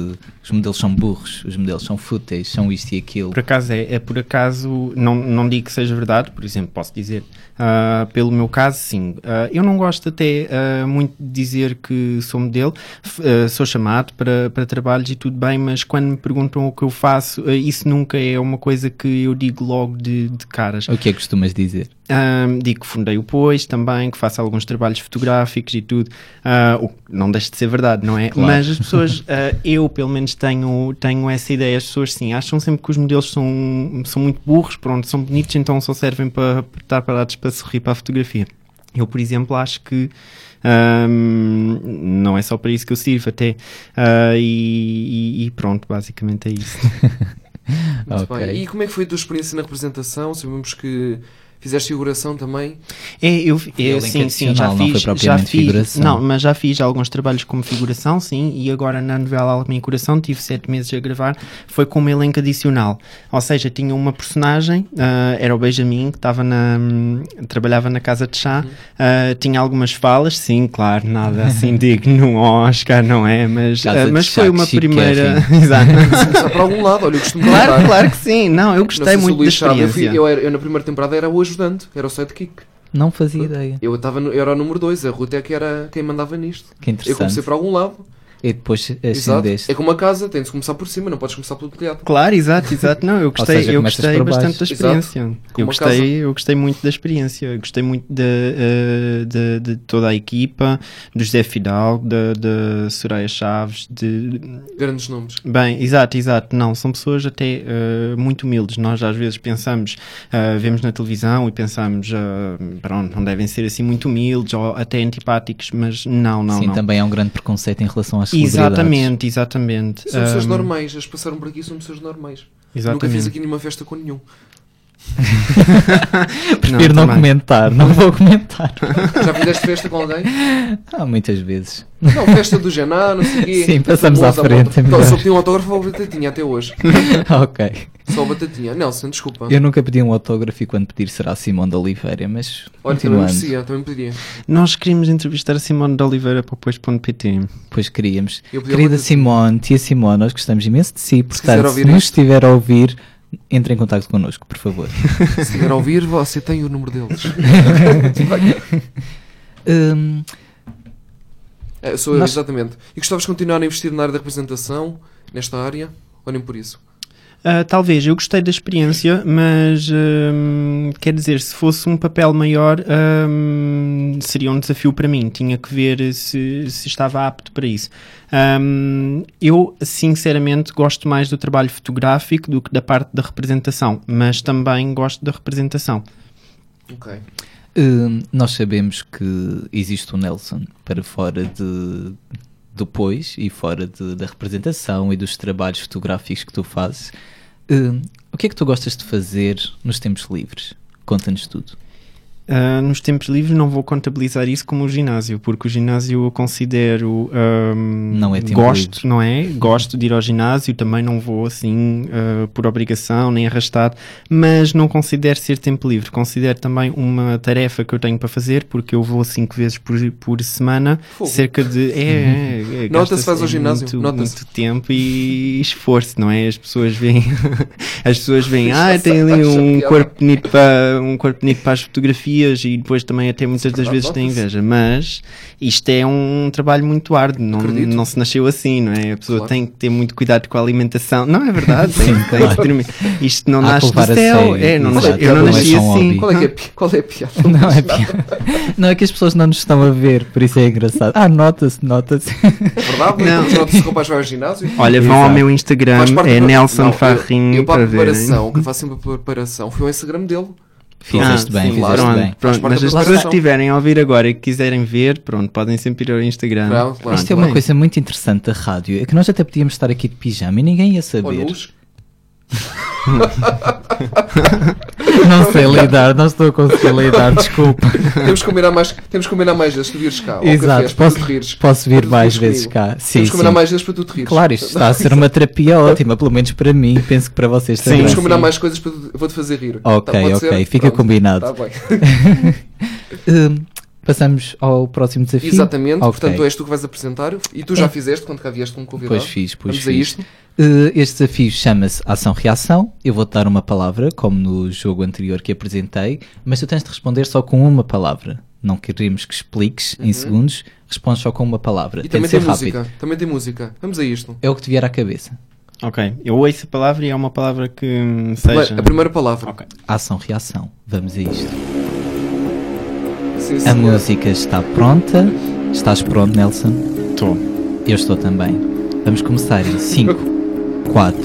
[SPEAKER 4] os modelos são burros, os modelos são fúteis, são isto e aquilo.
[SPEAKER 5] Por acaso é, é por acaso, não, não digo que seja verdade, por exemplo, posso dizer, ah, pelo meu caso, sim. Ah, eu não gosto até ah, muito de dizer que sou modelo, F- ah, sou chamado para, para trabalhos e tudo bem, mas quando me perguntam o que eu faço, ah, isso nunca é uma coisa que eu digo logo de, de caras.
[SPEAKER 4] O que é que costumas dizer?
[SPEAKER 5] Ahm, digo que fundei o Pois também, que faço alguns trabalhos fotográficos e tudo, Ah, o que não deixa de ser verdade, não é?
[SPEAKER 4] Claro.
[SPEAKER 5] Mas as pessoas, [laughs] ah, eu pelo menos tenho, tenho essa ideia, as pessoas sim, acham sempre que os modelos são, são muito burros, pronto, são bonitos, então só servem para para estar parados para sorrir para a fotografia. Eu, por exemplo, acho que ahm, não é só para isso que eu sirvo, até. Ah, e, e- e pronto, basicamente é isso.
[SPEAKER 3] Muito
[SPEAKER 4] Ok.
[SPEAKER 3] bem. E como é que foi a tua experiência na representação? Sabemos que Fizeste figuração também.
[SPEAKER 5] É, eu, eu
[SPEAKER 4] link
[SPEAKER 5] sim, sim, já
[SPEAKER 4] adicional,
[SPEAKER 5] fiz,
[SPEAKER 4] não foi
[SPEAKER 5] já
[SPEAKER 4] propriamente
[SPEAKER 5] fiz,
[SPEAKER 4] figuração.
[SPEAKER 5] não, mas já fiz alguns trabalhos como figuração, sim, e agora na novela Alma em Coração, tive sete meses a gravar, foi como elenco adicional, ou seja, tinha uma personagem, ah, era o Benjamin, que estava na, hum, trabalhava na casa de chá, ah, tinha algumas falas, sim, claro, nada assim digno, um Oscar, não é, mas,
[SPEAKER 4] Casa
[SPEAKER 5] ah,
[SPEAKER 4] de
[SPEAKER 5] mas
[SPEAKER 4] Chá de
[SPEAKER 5] foi uma
[SPEAKER 4] Chico
[SPEAKER 5] primeira, [laughs] exato,
[SPEAKER 3] [laughs] Começar para algum lado, olha, eu costumo
[SPEAKER 5] é- claro,
[SPEAKER 3] contar.
[SPEAKER 5] claro que sim, não, eu
[SPEAKER 3] Não
[SPEAKER 5] gostei
[SPEAKER 3] sei se o
[SPEAKER 5] muito da
[SPEAKER 3] Luís sabe, eu, fui-
[SPEAKER 5] experiência.
[SPEAKER 3] eu era- eu na primeira temporada era o ajudante, era o sidekick.
[SPEAKER 4] Não fazia ideia.
[SPEAKER 3] Eu, estava no- eu era o número 2, a Ruth é que era quem mandava nisto.
[SPEAKER 4] Que
[SPEAKER 3] Eu comecei
[SPEAKER 4] interessante.
[SPEAKER 3] para algum lado.
[SPEAKER 4] E depois eh,
[SPEAKER 3] Exato.
[SPEAKER 4] ascendeste.
[SPEAKER 3] É como a casa, tem de começar por cima, não podes começar pelo telhado.
[SPEAKER 5] Claro, exato, exato. Não, eu gostei,
[SPEAKER 4] seja,
[SPEAKER 5] eu
[SPEAKER 4] começas
[SPEAKER 5] gostei
[SPEAKER 4] por baixo.
[SPEAKER 5] bastante da experiência.
[SPEAKER 3] Como é
[SPEAKER 5] Eu
[SPEAKER 3] a casa.
[SPEAKER 5] gostei, eu gostei muito da experiência. Eu gostei muito de, eh, de, de toda a equipa, do José Fidalgo, da da Soraya Chaves, de.
[SPEAKER 3] Grandes nomes.
[SPEAKER 5] Bem, exato, exato. Não, são pessoas até eh, muito humildes. Nós às vezes pensamos, eh, vemos na televisão e pensamos, eh, pronto, não devem ser assim muito humildes ou até antipáticos, mas não, não,
[SPEAKER 4] Sim,
[SPEAKER 5] não.
[SPEAKER 4] também é um grande preconceito em relação às celebridades.
[SPEAKER 5] Exatamente, exatamente.
[SPEAKER 3] São pessoas
[SPEAKER 5] Ah,
[SPEAKER 3] normais, as que passaram por aqui são pessoas normais. Nunca
[SPEAKER 5] Exatamente.
[SPEAKER 3] fiz aqui nenhuma festa com nenhum.
[SPEAKER 4] Prefiro não,
[SPEAKER 5] também.
[SPEAKER 4] comentar, não vou comentar. [laughs]
[SPEAKER 3] Já fizeste festa com alguém?
[SPEAKER 4] Há muitas vezes.
[SPEAKER 3] Não, festa do Janá, não sei o quê.
[SPEAKER 4] Sim, passamos
[SPEAKER 3] Um
[SPEAKER 4] à
[SPEAKER 3] outro-
[SPEAKER 4] frente, é
[SPEAKER 3] Então,
[SPEAKER 4] melhor.
[SPEAKER 3] só pedi um autógrafo ao Batatinha até hoje.
[SPEAKER 4] ok.
[SPEAKER 3] Só o Batatinha. Nelson, desculpa.
[SPEAKER 4] Eu nunca pedi um autógrafo e quando pedir será Simão de Oliveira, mas
[SPEAKER 3] Olha, também
[SPEAKER 4] continuando.
[SPEAKER 3] merecia, também podia.
[SPEAKER 5] Nós queríamos entrevistar a Simone de Oliveira para o pois.pt.
[SPEAKER 4] Pois queríamos.
[SPEAKER 3] Eu pedi ao
[SPEAKER 4] Querida
[SPEAKER 3] Batatinha.
[SPEAKER 4] Simone, tia Simone, nós gostamos imenso de
[SPEAKER 3] quiser
[SPEAKER 4] si, portanto, se,
[SPEAKER 3] ouvir
[SPEAKER 4] nos
[SPEAKER 3] isto.
[SPEAKER 4] estiver a ouvir, entre em contato connosco,
[SPEAKER 3] [laughs]
[SPEAKER 4] por favor.
[SPEAKER 3] Se quiser ouvir, você tem o número
[SPEAKER 4] [laughs]
[SPEAKER 3] deles.
[SPEAKER 4] Hum,
[SPEAKER 3] É, sou eu,
[SPEAKER 4] Nós-
[SPEAKER 3] exatamente. E gostavas de continuar a investir na área da representação, nesta área? Ou nem por isso?
[SPEAKER 5] Ah, talvez, eu gostei da experiência, mas hum, quer dizer, se fosse um papel maior, hum, seria um desafio para mim. Tinha que ver se, se estava apto para isso. Hum, eu, sinceramente, gosto mais do trabalho fotográfico do que da parte da representação, mas também gosto da representação.
[SPEAKER 3] Ok.
[SPEAKER 4] hum, nós sabemos que existe o Nelson para fora de depois e fora de- da representação e dos trabalhos fotográficos que tu fazes. Hum, o que é que tu gostas de fazer nos tempos livres? Conta-nos tudo.
[SPEAKER 5] Uh, nos tempos livres não vou contabilizar isso como o ginásio, porque o ginásio eu considero um,
[SPEAKER 4] Não é tempo
[SPEAKER 5] gosto,
[SPEAKER 4] livre.
[SPEAKER 5] não é? Gosto de ir ao ginásio, também não vou assim uh, por obrigação nem arrastado, mas não considero ser tempo livre, considero também uma tarefa que eu tenho para fazer, porque eu vou cinco vezes por, por semana,
[SPEAKER 3] Fogo.
[SPEAKER 5] cerca de é, é, é,
[SPEAKER 3] Nota-se
[SPEAKER 5] gasta-se
[SPEAKER 3] faz ao ginásio,
[SPEAKER 5] muito,
[SPEAKER 3] nota-se.
[SPEAKER 5] muito tempo e esforço, não é? As pessoas veem [laughs] as pessoas veem, ah, tem ali
[SPEAKER 3] acha
[SPEAKER 5] um
[SPEAKER 3] piada."
[SPEAKER 5] corpo bonito para um corpo bonito para as fotografias e depois também até muitas das vezes tem
[SPEAKER 3] nota-se.
[SPEAKER 5] inveja, mas isto é um trabalho muito árduo, não,
[SPEAKER 3] Acredito.
[SPEAKER 5] não se nasceu assim, não é? A pessoa
[SPEAKER 3] Claro.
[SPEAKER 5] tem que ter muito cuidado com a alimentação. Não é verdade? tem, tem que dormir. Isto não
[SPEAKER 4] Há que
[SPEAKER 5] nasce do
[SPEAKER 4] levar a
[SPEAKER 5] céu,
[SPEAKER 4] sério,
[SPEAKER 5] é, não
[SPEAKER 4] exato,
[SPEAKER 5] nasce- eu não
[SPEAKER 4] não é
[SPEAKER 5] nasci
[SPEAKER 4] só um
[SPEAKER 5] assim.
[SPEAKER 4] hobby.
[SPEAKER 3] Qual é, que é, pi- qual é a piada?
[SPEAKER 4] Não é piada. [laughs] Não é que as pessoas não nos estão a ver, por isso é engraçado. Ah, nota-se, nota-se.
[SPEAKER 3] É verdade?
[SPEAKER 5] Não.
[SPEAKER 3] Não. Então, se o rapaz vai ao ginásio?
[SPEAKER 5] Olha, vão ao
[SPEAKER 4] Exato.
[SPEAKER 5] meu Instagram,
[SPEAKER 3] Faz parte
[SPEAKER 5] é
[SPEAKER 3] do-
[SPEAKER 5] Nelson
[SPEAKER 3] Não, eu-
[SPEAKER 5] Farrinho
[SPEAKER 3] Eu, para
[SPEAKER 5] para
[SPEAKER 3] a preparação,
[SPEAKER 5] verem.
[SPEAKER 3] o que eu faço sempre para a preparação foi o Instagram dele.
[SPEAKER 4] [laughs] Fizeste
[SPEAKER 5] Ah,
[SPEAKER 4] bem,
[SPEAKER 5] sim,
[SPEAKER 4] fizeste
[SPEAKER 5] pronto,
[SPEAKER 4] bem.
[SPEAKER 5] Pronto,
[SPEAKER 3] Faz parte
[SPEAKER 5] mas
[SPEAKER 3] da
[SPEAKER 5] as pessoas que
[SPEAKER 3] preparação.
[SPEAKER 5] estiverem a ouvir agora e que quiserem ver, pronto, podem sempre ir ao Instagram.
[SPEAKER 3] Claro, claro.
[SPEAKER 4] Isto é uma coisa muito interessante da rádio, é que nós até podíamos estar aqui de pijama e ninguém ia
[SPEAKER 3] Ou
[SPEAKER 4] saber.
[SPEAKER 3] nus.
[SPEAKER 4] Não sei lidar, não estou a conseguir lidar,
[SPEAKER 5] [laughs]
[SPEAKER 4] desculpa.
[SPEAKER 3] Temos que combinar mais, temos que combinar mais vezes, tu vires cá. ao
[SPEAKER 4] Exato,
[SPEAKER 3] cafés, para
[SPEAKER 4] posso,
[SPEAKER 3] tu te rires.
[SPEAKER 4] posso
[SPEAKER 3] Para
[SPEAKER 4] vir
[SPEAKER 3] tu te
[SPEAKER 4] mais
[SPEAKER 3] rires
[SPEAKER 4] vezes
[SPEAKER 3] comigo.
[SPEAKER 4] cá. Sim,
[SPEAKER 3] Temos que combinar
[SPEAKER 4] sim.
[SPEAKER 3] mais vezes para tu te rires.
[SPEAKER 4] Claro, isto está a ser uma terapia ótima, pelo menos para mim, penso que para vocês também.
[SPEAKER 3] Temos que
[SPEAKER 5] sim.
[SPEAKER 3] combinar mais coisas para tu, vou-te fazer rir. Tá,
[SPEAKER 4] Ok,
[SPEAKER 3] pode
[SPEAKER 4] ok,
[SPEAKER 3] ser?
[SPEAKER 4] fica combinado.
[SPEAKER 3] Tá
[SPEAKER 4] [laughs]
[SPEAKER 3] bem.
[SPEAKER 4] [laughs] Hum, passamos ao próximo desafio.
[SPEAKER 3] Exatamente,
[SPEAKER 4] Ok. É.
[SPEAKER 3] portanto és tu que vais apresentar e tu já fizeste quando cá vieste com um convidado.
[SPEAKER 4] Pois fiz, pois
[SPEAKER 3] Vamos
[SPEAKER 4] fiz.
[SPEAKER 3] a isto.
[SPEAKER 4] Uh, Este desafio chama-se Ação-Reação. Eu vou-te dar uma palavra, como no jogo anterior que apresentei, mas tu tens de responder só com uma palavra. Não queremos que expliques em segundos, respondes só com uma palavra.
[SPEAKER 3] Uhum. E
[SPEAKER 4] tem de
[SPEAKER 3] também
[SPEAKER 4] ser
[SPEAKER 3] tem
[SPEAKER 4] rápido.
[SPEAKER 3] música. Também tem música. Vamos a isto.
[SPEAKER 4] É o que te vier à cabeça.
[SPEAKER 5] Ok, eu ouço a palavra e é uma palavra que hum,
[SPEAKER 3] Bem,
[SPEAKER 5] seja.
[SPEAKER 3] A primeira palavra.
[SPEAKER 5] Ok.
[SPEAKER 4] Ação-Reação. Vamos a isto.
[SPEAKER 3] Sim,
[SPEAKER 4] A
[SPEAKER 3] senhor.
[SPEAKER 4] música está pronta. Estás pronto, Nelson?
[SPEAKER 5] Estou.
[SPEAKER 4] Eu estou também. Vamos começar em
[SPEAKER 3] [laughs]
[SPEAKER 4] 5, 4,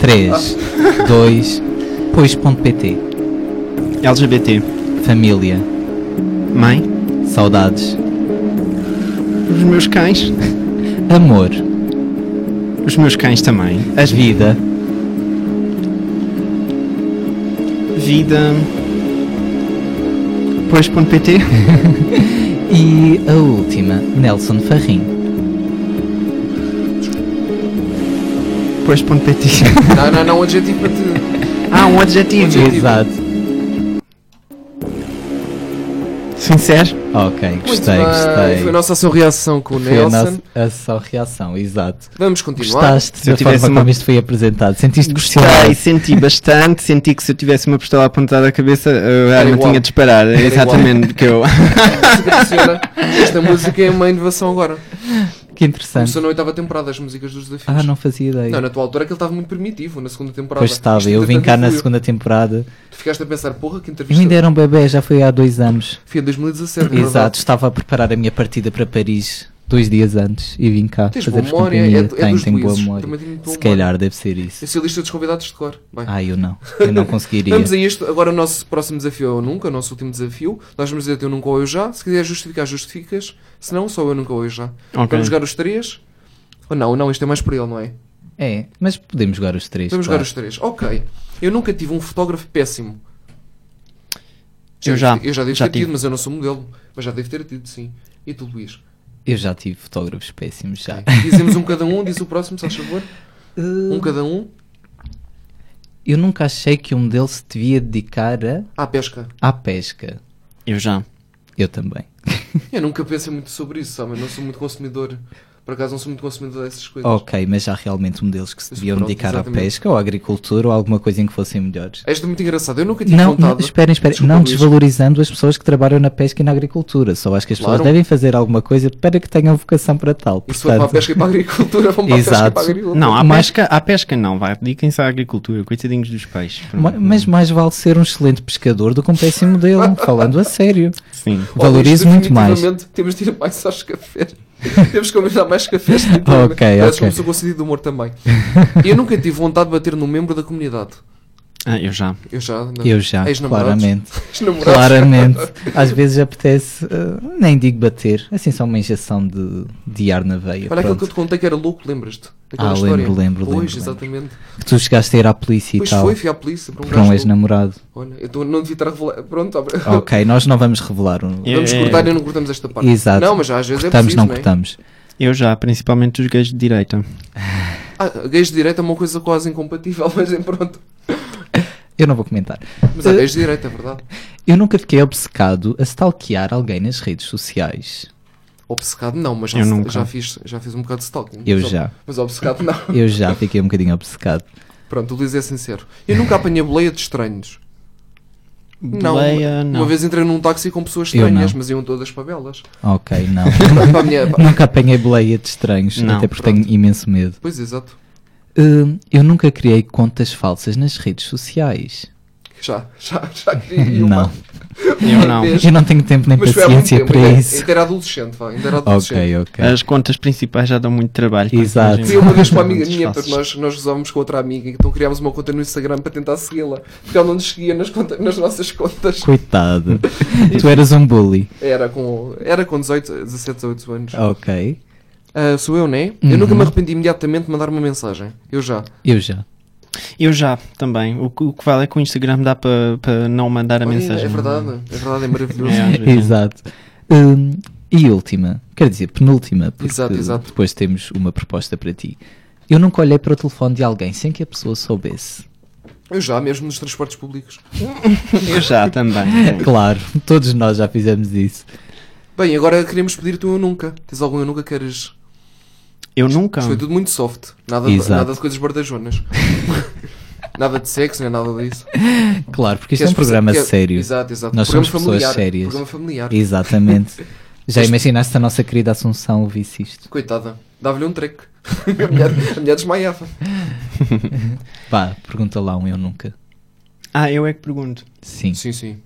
[SPEAKER 4] 3, 2, pois.pt.
[SPEAKER 5] LGBT.
[SPEAKER 4] Família,
[SPEAKER 5] Mãe.
[SPEAKER 4] saudades,
[SPEAKER 5] Os meus cães.
[SPEAKER 4] amor,
[SPEAKER 5] Os meus cães também.
[SPEAKER 4] as vida.
[SPEAKER 5] Vida. [laughs] Pois.pt.
[SPEAKER 4] E a última, Nelson Farrim.
[SPEAKER 5] Pois.pt.
[SPEAKER 3] [laughs] Não, não, não, um adjetivo para te.
[SPEAKER 5] Ah, um adjetivo.
[SPEAKER 3] Adjetivo.
[SPEAKER 4] Exato.
[SPEAKER 5] Sincero.
[SPEAKER 4] Ok,
[SPEAKER 3] Muito
[SPEAKER 4] gostei,
[SPEAKER 3] bem,
[SPEAKER 4] gostei.
[SPEAKER 3] Foi a nossa ação reação com o
[SPEAKER 4] Foi a
[SPEAKER 3] Nelson.
[SPEAKER 4] nossa a sua reação, exato.
[SPEAKER 3] Vamos continuar.
[SPEAKER 4] Gostaste
[SPEAKER 5] Se eu
[SPEAKER 4] da forma
[SPEAKER 5] tivesse uma-
[SPEAKER 4] como isto foi apresentado? Sentiste
[SPEAKER 5] Gostei,
[SPEAKER 4] gostei?
[SPEAKER 5] senti bastante. Senti que se eu tivesse uma pistola apontada à cabeça, a arma
[SPEAKER 3] igual.
[SPEAKER 5] tinha de disparar.
[SPEAKER 3] igual.
[SPEAKER 5] Exatamente,
[SPEAKER 3] [laughs]
[SPEAKER 5] porque eu.
[SPEAKER 3] Senhora, Esta música é uma inovação agora.
[SPEAKER 4] Que interessante.
[SPEAKER 3] Começou na oitava temporada as músicas dos desafios.
[SPEAKER 4] Ah, não fazia ideia.
[SPEAKER 3] Não, na tua altura aquilo estava muito primitivo, na segunda temporada.
[SPEAKER 4] Pois estava,
[SPEAKER 3] Isto,
[SPEAKER 4] eu vim cá
[SPEAKER 3] entretanto,
[SPEAKER 4] na
[SPEAKER 3] fui eu.
[SPEAKER 4] segunda temporada.
[SPEAKER 3] Tu ficaste a pensar, porra, que
[SPEAKER 4] Eu
[SPEAKER 3] entrevista.
[SPEAKER 4] ainda era um bebê, já foi há dois anos.
[SPEAKER 3] Fui em 2017, na
[SPEAKER 4] Exato,
[SPEAKER 3] É verdade.
[SPEAKER 4] estava a preparar a minha partida para Paris dois dias antes e vim cá
[SPEAKER 3] Tens boa
[SPEAKER 4] fazer-vos
[SPEAKER 3] memória,
[SPEAKER 4] companhia.
[SPEAKER 3] é do- é
[SPEAKER 4] tenho,
[SPEAKER 3] dos
[SPEAKER 4] tenho boa
[SPEAKER 3] juízes,
[SPEAKER 4] memória.
[SPEAKER 3] também tenho boa
[SPEAKER 4] Se
[SPEAKER 3] memória.
[SPEAKER 4] calhar deve ser isso.
[SPEAKER 3] Eu sei a lista dos convidados de cor. Bem.
[SPEAKER 4] Ah,
[SPEAKER 3] [laughs]
[SPEAKER 4] eu não. Eu não conseguiria.
[SPEAKER 3] Vamos a isto. Agora o nosso próximo desafio é o nunca, o nosso último desafio. Nós vamos dizer eu nunca ou eu já. Se quiser justificar, justificas. Se não, só eu nunca ou eu já.
[SPEAKER 5] Ok.
[SPEAKER 3] Vamos jogar os três. Ou não, não, isto é mais para ele, não é?
[SPEAKER 4] É, mas podemos jogar os três.
[SPEAKER 3] Vamos jogar
[SPEAKER 4] claro.
[SPEAKER 3] os três. Ok. Eu nunca tive um fotógrafo péssimo.
[SPEAKER 5] Eu já.
[SPEAKER 3] um Eu já devo
[SPEAKER 5] Já
[SPEAKER 3] ter tido,
[SPEAKER 5] tive.
[SPEAKER 3] mas eu não sou modelo. Mas já devo ter tido, sim. E tu, Luís?
[SPEAKER 4] Eu já tive fotógrafos péssimos já.
[SPEAKER 3] Dizemos um cada um, diz o próximo, se faz favor.
[SPEAKER 4] Eh,
[SPEAKER 3] Um cada um.
[SPEAKER 4] Eu nunca achei que um deles se devia dedicar a-
[SPEAKER 3] À Ah, pesca.
[SPEAKER 4] à pesca.
[SPEAKER 5] Eu já.
[SPEAKER 4] Eu também.
[SPEAKER 3] Eu nunca pensei muito sobre isso, sabe? Eu não sou muito consumidor. Por acaso não sou muito consumidor dessas coisas.
[SPEAKER 4] Ok, mas há realmente um deles que se
[SPEAKER 3] Isso,
[SPEAKER 4] deviam
[SPEAKER 3] pronto,
[SPEAKER 4] dedicar à
[SPEAKER 3] exatamente.
[SPEAKER 4] pesca ou à agricultura ou alguma coisa em que fossem melhores.
[SPEAKER 3] Esta é muito engraçada. Eu nunca tive
[SPEAKER 4] Não,
[SPEAKER 3] vontade.
[SPEAKER 4] não, esperem, esperem.
[SPEAKER 3] Desculpa,
[SPEAKER 4] não
[SPEAKER 3] Luís.
[SPEAKER 4] desvalorizando as pessoas que trabalham na pesca e na agricultura. Só acho que as pessoas
[SPEAKER 3] Claro.
[SPEAKER 4] devem fazer alguma coisa para que tenham vocação para tal.
[SPEAKER 3] Isso foi para a
[SPEAKER 4] Portanto,
[SPEAKER 3] pesca e para a agricultura. Vamos para a pesca e
[SPEAKER 4] Exato.
[SPEAKER 3] para a agricultura.
[SPEAKER 5] Não, à
[SPEAKER 4] Mas-
[SPEAKER 5] pesca, à pesca não, vai. Dediquem-se à agricultura, coitadinhos dos peixes.
[SPEAKER 4] ma-
[SPEAKER 5] Pronto.
[SPEAKER 4] mas mais vale ser um excelente pescador do que um
[SPEAKER 3] [laughs]
[SPEAKER 4] péssimo dele, falando a sério.
[SPEAKER 5] Sim.
[SPEAKER 3] Olha,
[SPEAKER 4] Valorizo
[SPEAKER 3] isto
[SPEAKER 4] muito mais.
[SPEAKER 3] definitivamente Temos de ir mais aos cafés. [laughs] temos que combinar mais cafés. definitivamente.
[SPEAKER 4] [laughs] Ok,
[SPEAKER 3] Parece
[SPEAKER 4] ok.
[SPEAKER 3] que começou com o sentido do humor também. Eu nunca tive vontade de bater num membro da comunidade.
[SPEAKER 5] Ah, eu já.
[SPEAKER 3] Eu já. não.
[SPEAKER 4] Eu já,
[SPEAKER 3] Ex-namorados.
[SPEAKER 4] claramente.
[SPEAKER 3] [laughs] Ex-namorados.
[SPEAKER 4] Claramente. Às vezes apetece, eh, nem digo bater, assim só uma injeção de, de ar na veia.
[SPEAKER 3] Olha aquilo que eu
[SPEAKER 4] pronto.
[SPEAKER 3] te contei que era louco, lembras-te? Daquela
[SPEAKER 4] Ah,
[SPEAKER 3] história.
[SPEAKER 4] lembro, lembro,
[SPEAKER 3] Pois,
[SPEAKER 4] lembro,
[SPEAKER 3] exatamente.
[SPEAKER 4] que tu chegaste a ir à polícia
[SPEAKER 3] Pois
[SPEAKER 4] e tal.
[SPEAKER 3] foi, fui à polícia. Para um
[SPEAKER 4] Para um
[SPEAKER 3] gajo louco. [laughs]
[SPEAKER 4] ex-namorado.
[SPEAKER 3] Olha, eu tô- não devia estar a revelar. Pronto, abre-
[SPEAKER 4] Ah, ok, nós não vamos revelar um.
[SPEAKER 5] Eu-
[SPEAKER 3] [laughs] vamos
[SPEAKER 5] É, é,
[SPEAKER 3] cortar e não cortamos esta parte.
[SPEAKER 4] Exato.
[SPEAKER 3] Não, mas às vezes é
[SPEAKER 4] cortamos,
[SPEAKER 3] preciso,
[SPEAKER 4] não
[SPEAKER 3] é?
[SPEAKER 4] cortamos.
[SPEAKER 5] Eu já, principalmente os gays de direita.
[SPEAKER 3] Ah, gays de direita é uma coisa quase incompatível, [laughs] mas é pronto.
[SPEAKER 4] Eu não vou comentar.
[SPEAKER 3] Mas há gays de direita, é verdade.
[SPEAKER 4] Eu nunca fiquei obcecado a stalkear alguém nas redes sociais.
[SPEAKER 3] Obcecado não, mas já,
[SPEAKER 5] Eu nunca.
[SPEAKER 3] já fiz, já fiz um bocado de stalking.
[SPEAKER 4] Eu
[SPEAKER 3] Mas ob-
[SPEAKER 4] já.
[SPEAKER 3] Mas obcecado não. [laughs]
[SPEAKER 4] Eu já fiquei um bocadinho obcecado.
[SPEAKER 3] Pronto, o Luís é sincero. Eu nunca apanhei boleia de estranhos. Não,
[SPEAKER 5] Boleia,
[SPEAKER 3] uma-
[SPEAKER 5] não.
[SPEAKER 3] Uma vez entrei num táxi com pessoas
[SPEAKER 4] Eu não.
[SPEAKER 3] estranhas, mas iam todas para belas.
[SPEAKER 4] Ok,
[SPEAKER 3] [laughs]
[SPEAKER 4] não.
[SPEAKER 3] Para a
[SPEAKER 4] [laughs]
[SPEAKER 3] minha- para-
[SPEAKER 4] nunca apanhei boleia de estranhos,
[SPEAKER 5] Não,
[SPEAKER 4] até porque
[SPEAKER 3] pronto.
[SPEAKER 4] tenho imenso medo.
[SPEAKER 3] Pois, exato.
[SPEAKER 4] Hum, eu nunca criei contas falsas nas redes sociais.
[SPEAKER 3] Já, já, já criei uma.
[SPEAKER 4] Não.
[SPEAKER 5] Eu não.
[SPEAKER 3] Vez.
[SPEAKER 4] Eu não tenho tempo nem
[SPEAKER 3] Mas foi há muito
[SPEAKER 4] paciência
[SPEAKER 3] tempo. é,
[SPEAKER 4] para
[SPEAKER 3] Ainda,
[SPEAKER 4] isso.
[SPEAKER 3] ainda era adolescente, vá, ainda era adolescente.
[SPEAKER 4] Ok, ok.
[SPEAKER 5] As contas principais já dão muito trabalho.
[SPEAKER 4] Exato.
[SPEAKER 5] Imagina.
[SPEAKER 3] Fui uma vez para uma amiga
[SPEAKER 5] Desfaços.
[SPEAKER 3] minha, porque nós, nós gozávamos com outra amiga, então criámos uma conta no Instagram para tentar segui-la, porque ela não nos seguia nas, conta- nas nossas contas.
[SPEAKER 4] Coitado. [laughs] tu eras um bully.
[SPEAKER 3] Era com, era com 18, 17, 18 anos.
[SPEAKER 4] Oh. Ok.
[SPEAKER 3] Ah, sou eu, né? Eu
[SPEAKER 4] Uhum.
[SPEAKER 3] nunca me arrependi imediatamente de mandar uma mensagem. Eu já.
[SPEAKER 4] Eu já.
[SPEAKER 5] Eu já, também. O que, o que vale é que o Instagram dá para para não mandar a
[SPEAKER 3] Olha,
[SPEAKER 5] mensagem.
[SPEAKER 3] é verdade, é verdade, é
[SPEAKER 4] [laughs]
[SPEAKER 3] maravilhoso.
[SPEAKER 5] É.
[SPEAKER 4] Exato. Hum, e última, quer dizer, penúltima, porque
[SPEAKER 3] Exato, exato.
[SPEAKER 4] depois temos uma proposta para ti. Eu nunca olhei para o telefone de alguém sem que a
[SPEAKER 3] [laughs]
[SPEAKER 4] pessoa soubesse.
[SPEAKER 3] Eu já, mesmo nos transportes públicos.
[SPEAKER 5] Eu já, também.
[SPEAKER 4] Claro, todos nós já fizemos isso.
[SPEAKER 3] Bem, agora queremos pedir-te um eu nunca. Tens algum eu nunca queres?
[SPEAKER 5] Eu nunca.
[SPEAKER 3] Isto foi tudo muito soft. Nada, de,
[SPEAKER 4] Exato.
[SPEAKER 3] nada de coisas bardajonas. [laughs] nada de sexo, nem nada disso.
[SPEAKER 4] Claro, porque isto é
[SPEAKER 3] Queres
[SPEAKER 4] um é programa
[SPEAKER 3] perce- quer-
[SPEAKER 4] sério.
[SPEAKER 3] Exato, exato.
[SPEAKER 4] Nós
[SPEAKER 3] programa
[SPEAKER 4] somos pessoas
[SPEAKER 3] familiar,
[SPEAKER 4] sérias.
[SPEAKER 3] Programa familiar. [laughs]
[SPEAKER 4] Exatamente. Já imaginaste se a nossa querida Assunção ouvisse isto?
[SPEAKER 3] Coitada, dava-lhe um treco. [laughs] a, mulher, a mulher desmaiava.
[SPEAKER 4] Vá, pergunta lá um eu nunca.
[SPEAKER 5] Ah, eu é que pergunto.
[SPEAKER 4] Sim.
[SPEAKER 3] Sim, sim.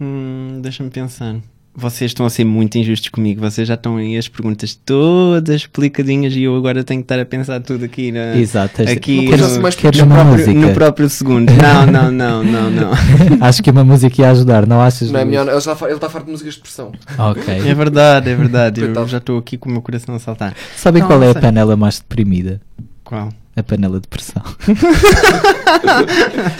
[SPEAKER 5] Hum, Deixa-me pensar. Vocês estão a ser muito injustos comigo. Vocês já estão aí as perguntas todas explicadinhas e eu agora tenho que estar a pensar tudo aqui na.
[SPEAKER 4] Exato. tens-
[SPEAKER 5] É. Aqui
[SPEAKER 3] Não
[SPEAKER 4] queres,
[SPEAKER 3] posso mais
[SPEAKER 4] queres
[SPEAKER 3] pedir
[SPEAKER 4] uma
[SPEAKER 5] próprio-
[SPEAKER 4] música?
[SPEAKER 5] no próprio segundo. Não, não, não, não, não.
[SPEAKER 4] [laughs] Acho que uma música ia ajudar, não achas?
[SPEAKER 3] Não é
[SPEAKER 4] Luís?
[SPEAKER 3] melhor, ele está, ele está farto de músicas de pressão. [laughs]
[SPEAKER 4] Ok.
[SPEAKER 5] É verdade, é verdade. Eu
[SPEAKER 3] Coitado.
[SPEAKER 5] já estou aqui com o meu coração a saltar.
[SPEAKER 4] Sabem
[SPEAKER 5] Não,
[SPEAKER 4] qual
[SPEAKER 5] não
[SPEAKER 4] é a
[SPEAKER 5] sei.
[SPEAKER 4] panela mais deprimida?
[SPEAKER 5] Qual?
[SPEAKER 4] A panela de pressão. [laughs]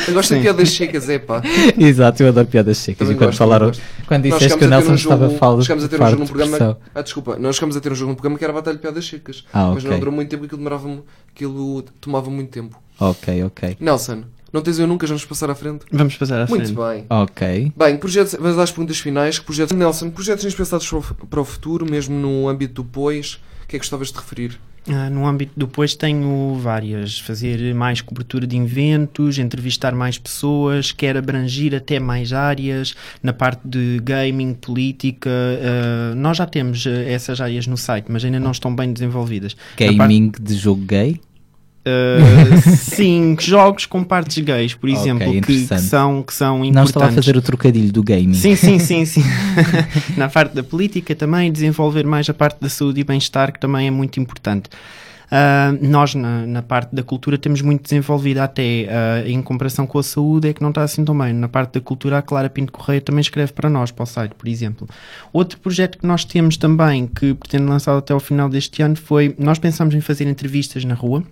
[SPEAKER 3] Eu gosto de
[SPEAKER 5] Sim.
[SPEAKER 3] piadas secas, é pá.
[SPEAKER 4] Exato, eu adoro piadas secas.
[SPEAKER 3] Também
[SPEAKER 4] E quando
[SPEAKER 3] gosto,
[SPEAKER 4] falaram,
[SPEAKER 3] também
[SPEAKER 4] quando
[SPEAKER 3] Nós chegámos
[SPEAKER 4] disseste que o
[SPEAKER 3] a ter
[SPEAKER 4] Nelson
[SPEAKER 3] um
[SPEAKER 4] estava
[SPEAKER 3] jogo-
[SPEAKER 4] fal-
[SPEAKER 3] chegámos a ter um
[SPEAKER 4] farto
[SPEAKER 3] jogo num
[SPEAKER 4] de
[SPEAKER 3] programa.
[SPEAKER 4] pressão.
[SPEAKER 3] Ah, desculpa, nós chegámos a ter um jogo num programa que era a Batalha de Piadas Secas.
[SPEAKER 4] Ah,
[SPEAKER 3] mas não
[SPEAKER 4] ok.
[SPEAKER 3] durou muito tempo, aquilo demorava aquilo tomava muito tempo.
[SPEAKER 4] Ok, ok.
[SPEAKER 3] Nelson, não tens eu nunca, já nos passar à frente?
[SPEAKER 5] Vamos passar à frente.
[SPEAKER 3] Muito bem.
[SPEAKER 4] Ok.
[SPEAKER 3] Bem, projetos, vamos às perguntas finais. Que Projetos, Nelson, projetos tens pensados para o fu- para o futuro, mesmo no âmbito do pós, o que é que gostavas de referir?
[SPEAKER 5] Ah, no âmbito do depois tenho várias. Fazer mais cobertura de eventos, entrevistar mais pessoas, quero abrangir até mais áreas, na parte de gaming, política. ah, nós já temos ah, essas áreas no site, mas ainda não estão bem desenvolvidas. Na parte-
[SPEAKER 4] Gaming de jogo gay.
[SPEAKER 5] Uh, sim, jogos com partes gays, por
[SPEAKER 4] Ok,
[SPEAKER 5] exemplo, que- que,
[SPEAKER 4] interessante.
[SPEAKER 5] são, que são
[SPEAKER 4] Não estava a
[SPEAKER 5] importantes.
[SPEAKER 4] fazer o trocadilho do gaming.
[SPEAKER 5] Sim, sim, sim, sim. [laughs] Na parte da política também, desenvolver mais a parte da saúde e bem-estar, que também é muito importante. Ah, nós, na, na parte da cultura, temos muito desenvolvido, até ah, em comparação com a saúde, é que não está assim tão bem. Na parte da cultura, a Clara Pinto Correia também escreve para nós, para o site, por exemplo. Outro projeto que nós temos também, que pretendo lançar até ao final deste ano, foi nós pensamos em fazer entrevistas na rua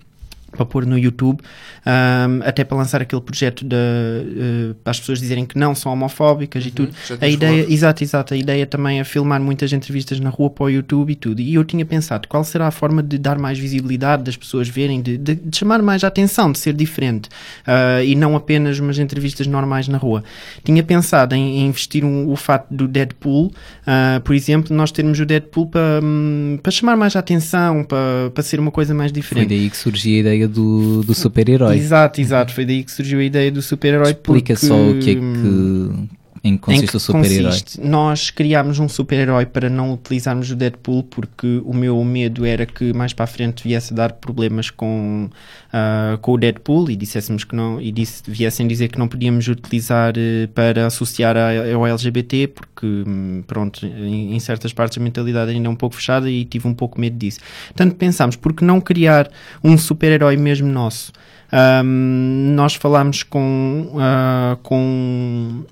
[SPEAKER 5] para pôr no YouTube, ahm, até para lançar aquele projeto de, eh, para as pessoas dizerem que não são homofóbicas e tudo.
[SPEAKER 3] já
[SPEAKER 5] A
[SPEAKER 3] tínhamos
[SPEAKER 5] ideia,
[SPEAKER 3] falado.
[SPEAKER 5] exato, exato, a ideia também é filmar muitas entrevistas na rua para o YouTube e tudo. E eu tinha pensado qual será a forma de dar mais visibilidade, das pessoas verem, de, de- de chamar mais a atenção, de ser diferente ah, e não apenas umas entrevistas normais na rua. Tinha pensado em, em investir um- o fato do Deadpool, ah, por exemplo, nós termos o Deadpool para, hum, para chamar mais a atenção, para, para ser uma coisa mais
[SPEAKER 4] Foi
[SPEAKER 5] diferente.
[SPEAKER 4] daí que surgiu a ideia do, do super-herói.
[SPEAKER 5] Exato, exato. Foi daí que surgiu a ideia do super-herói.
[SPEAKER 4] Explica
[SPEAKER 5] porque,
[SPEAKER 4] só o que é
[SPEAKER 5] hum,
[SPEAKER 4] que. Em que
[SPEAKER 5] em
[SPEAKER 4] consiste
[SPEAKER 5] que
[SPEAKER 4] o super-herói.
[SPEAKER 5] consiste. Nós criámos um super-herói para não utilizarmos o Deadpool porque o meu medo era que mais para a frente viesse a dar problemas com, ah, com o Deadpool e dissessemos que não e disse, viessem dizer que não podíamos utilizar eh, para associar a- ao LGBT porque hum, pronto, em, em certas partes a mentalidade ainda é um pouco fechada e tive um pouco medo disso. Portanto pensámos, porque não criar um super-herói mesmo nosso? Ahm, nós falámos com, ah, com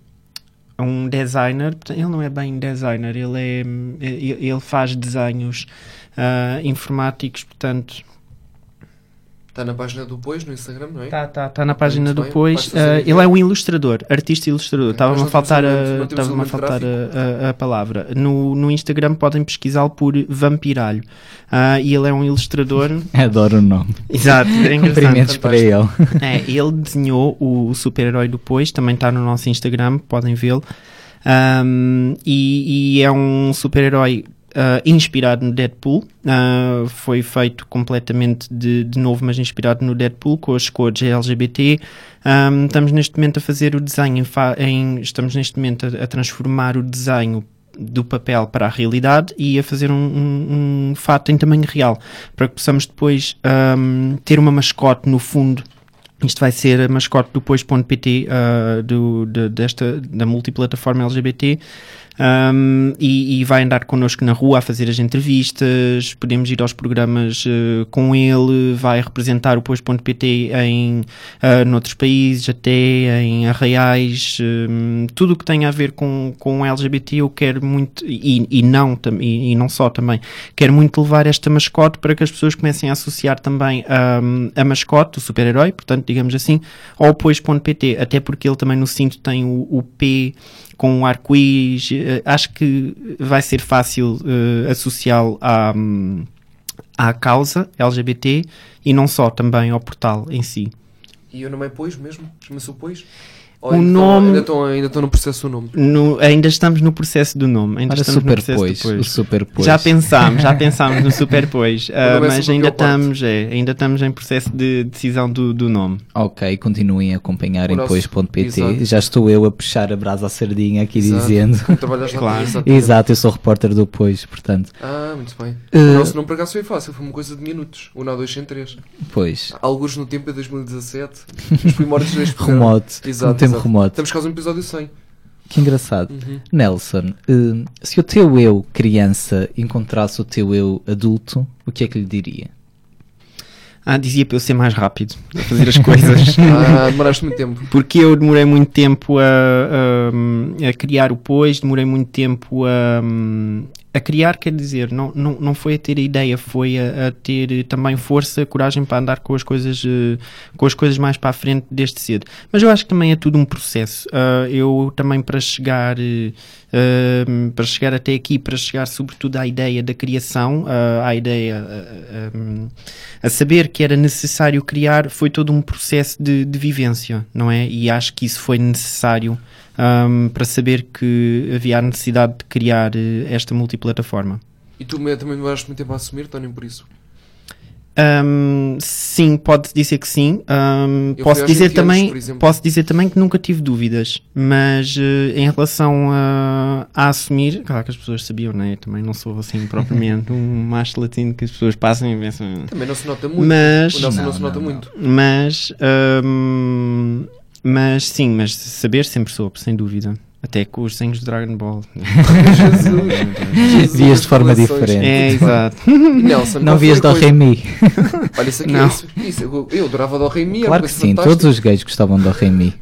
[SPEAKER 5] é um designer, portanto, ele não é bem designer, ele, é, ele ele faz desenhos ah, informáticos, portanto
[SPEAKER 3] Está na página do Pois, no Instagram, não é?
[SPEAKER 4] Tá.
[SPEAKER 5] está tá, na página
[SPEAKER 3] Muito
[SPEAKER 5] do
[SPEAKER 3] bem,
[SPEAKER 5] Pois.
[SPEAKER 3] basta saber
[SPEAKER 5] Ah,
[SPEAKER 3] quem
[SPEAKER 5] ele
[SPEAKER 3] é.
[SPEAKER 5] é um ilustrador, artista ilustrador. Estava-me a
[SPEAKER 3] não temos
[SPEAKER 5] faltar,
[SPEAKER 3] elemento-
[SPEAKER 5] a,
[SPEAKER 3] não temos
[SPEAKER 5] estava a,
[SPEAKER 3] elemento
[SPEAKER 5] faltar a, a- a palavra. No, no Instagram podem pesquisá-lo por Vampiralho. Ah, e ele é um ilustrador.
[SPEAKER 4] [laughs] Adoro o nome.
[SPEAKER 5] [laughs] Exato, é
[SPEAKER 4] Cumprimentos para
[SPEAKER 5] fantástico.
[SPEAKER 4] ele.
[SPEAKER 5] [laughs] É, ele desenhou o, o super-herói do Pois, também está no nosso Instagram, podem vê-lo. Ahm, e, e é um super-herói ah, inspirado no Deadpool. Ah, foi feito completamente de, de novo, mas inspirado no Deadpool, com as cores LGBT. Ahm, estamos neste momento a fazer o desenho, em fa- em- estamos neste momento a, a transformar o desenho do papel para a realidade e a fazer um, um- um fato em tamanho real para que possamos depois ahm, ter uma mascote no fundo isto vai ser a mascote do Pois.pt, ah, do- de- desta, da multiplataforma LGBT, ahm, Hum, e, e vai andar connosco na rua a fazer as entrevistas, podemos ir aos programas eh, com ele, vai representar o Pois.pt em ah, noutros países, até em arraiais, hum, tudo o que tem a ver com, com LGBT eu quero muito, e, e não, tam- e, e não só também, quero muito levar esta mascote para que as pessoas comecem a associar também hum, a mascote, o super-herói, portanto, digamos assim, ao pois.pt, até porque ele também no cinto tem o, o P com o arco-íris, eh, acho que vai ser fácil eh, associá-lo à, hum, à causa LGBT e não só, também ao portal em si.
[SPEAKER 3] E o nome é Pois mesmo? Chama-se o Pois? Ou
[SPEAKER 5] O
[SPEAKER 3] ainda estão-
[SPEAKER 5] nome-
[SPEAKER 3] Ainda estão, ainda estão no processo o
[SPEAKER 4] [laughs]
[SPEAKER 3] nome.
[SPEAKER 5] No- ainda estamos no processo do nome. Ainda
[SPEAKER 4] Para
[SPEAKER 5] estamos no
[SPEAKER 4] super
[SPEAKER 5] processo
[SPEAKER 4] pois.
[SPEAKER 5] do
[SPEAKER 4] O
[SPEAKER 5] pois.
[SPEAKER 4] super pois.
[SPEAKER 5] Já pensámos, já pensámos no super pois, ah,
[SPEAKER 3] nome é
[SPEAKER 5] mas
[SPEAKER 3] sobre
[SPEAKER 5] ainda
[SPEAKER 3] o que eu parto.
[SPEAKER 5] estamos, é, ainda estamos em processo de decisão do, do nome.
[SPEAKER 4] Ok, continuem a acompanhar
[SPEAKER 3] O
[SPEAKER 4] em
[SPEAKER 3] nosso-
[SPEAKER 4] pois.pt.
[SPEAKER 3] Exato.
[SPEAKER 4] Já estou eu a puxar a brasa à sardinha aqui
[SPEAKER 3] Exato. [laughs]
[SPEAKER 4] dizendo.
[SPEAKER 3] Como Trabalhaste na
[SPEAKER 5] Claro.
[SPEAKER 3] televisão.
[SPEAKER 4] Exato, eu sou repórter do Pois, portanto.
[SPEAKER 3] Ah, muito bem.
[SPEAKER 4] Eh,
[SPEAKER 3] O nosso nome por acaso foi fácil, foi uma coisa de minutos. Um na 203.
[SPEAKER 4] Pois.
[SPEAKER 3] Alguns no tempo de 2017, os primórdios deste
[SPEAKER 4] [laughs]
[SPEAKER 3] programa.
[SPEAKER 4] Remoto.
[SPEAKER 3] Exato,
[SPEAKER 4] um
[SPEAKER 3] exato.
[SPEAKER 4] tempo remoto.
[SPEAKER 3] Estamos quase no episódio 100.
[SPEAKER 4] Que engraçado.
[SPEAKER 3] Uhum.
[SPEAKER 4] Nelson, hum, se o teu eu criança encontrasse o teu eu adulto, o que é que lhe diria?
[SPEAKER 5] Ah, dizia para eu ser mais rápido a fazer as coisas. [laughs]
[SPEAKER 3] Ah, demoraste muito tempo.
[SPEAKER 5] Porque eu demorei muito tempo a, a- a criar o pois, demorei muito tempo a, a criar quer dizer, não, não, não foi a ter a ideia, foi a, a ter eh, também força, coragem para andar com as coisas eh, com as coisas mais para a frente desde cedo. Mas eu acho que também é tudo um processo. Ah, eu também para chegar eh, ah, para chegar até aqui, para chegar sobretudo à ideia da criação, ah, à ideia ah, ah, hum, a saber que era necessário criar, foi todo um processo de, de vivência, não é? E acho que isso foi necessário hum, para saber que havia a necessidade de criar eh, esta multiplataforma.
[SPEAKER 3] E tu me- também demoraste muito tempo a assumir, Tony, por isso.
[SPEAKER 5] Hum, sim, pode dizer que sim. Hum,
[SPEAKER 3] Eu fui
[SPEAKER 5] posso
[SPEAKER 3] aos
[SPEAKER 5] dizer
[SPEAKER 3] 20 anos,
[SPEAKER 5] também,
[SPEAKER 3] por exemplo.
[SPEAKER 5] posso dizer também que nunca tive dúvidas, mas eh, em relação a, a assumir, claro que as pessoas sabiam, né? Eu também não sou
[SPEAKER 3] [laughs]
[SPEAKER 5] assim propriamente um macho latino que as pessoas passam e pensam.
[SPEAKER 3] Também não se nota muito.
[SPEAKER 5] Mas
[SPEAKER 3] o Nelson não,
[SPEAKER 4] Não,
[SPEAKER 3] se nota
[SPEAKER 4] não,
[SPEAKER 3] muito.
[SPEAKER 5] mas hum, mas sim, mas saber sempre soube, sem dúvida. Até com os desenhos de Dragon Ball.
[SPEAKER 3] Jesus,
[SPEAKER 4] Vias de forma
[SPEAKER 3] revelações.
[SPEAKER 4] diferente.
[SPEAKER 5] É, exato.
[SPEAKER 3] Nelson,
[SPEAKER 4] Não
[SPEAKER 3] qual
[SPEAKER 4] vias
[SPEAKER 3] foi a
[SPEAKER 4] Del Rey
[SPEAKER 3] coisa- [laughs]
[SPEAKER 4] Mi.
[SPEAKER 3] Olha, isso aqui é
[SPEAKER 5] Não.
[SPEAKER 3] isso, isso, eu, eu adorava Del Rey Mi, era
[SPEAKER 4] [laughs] Claro
[SPEAKER 3] uma
[SPEAKER 4] que
[SPEAKER 3] coisa
[SPEAKER 4] sim,
[SPEAKER 3] fantástica.
[SPEAKER 4] todos os gays gostavam do Rei Mi.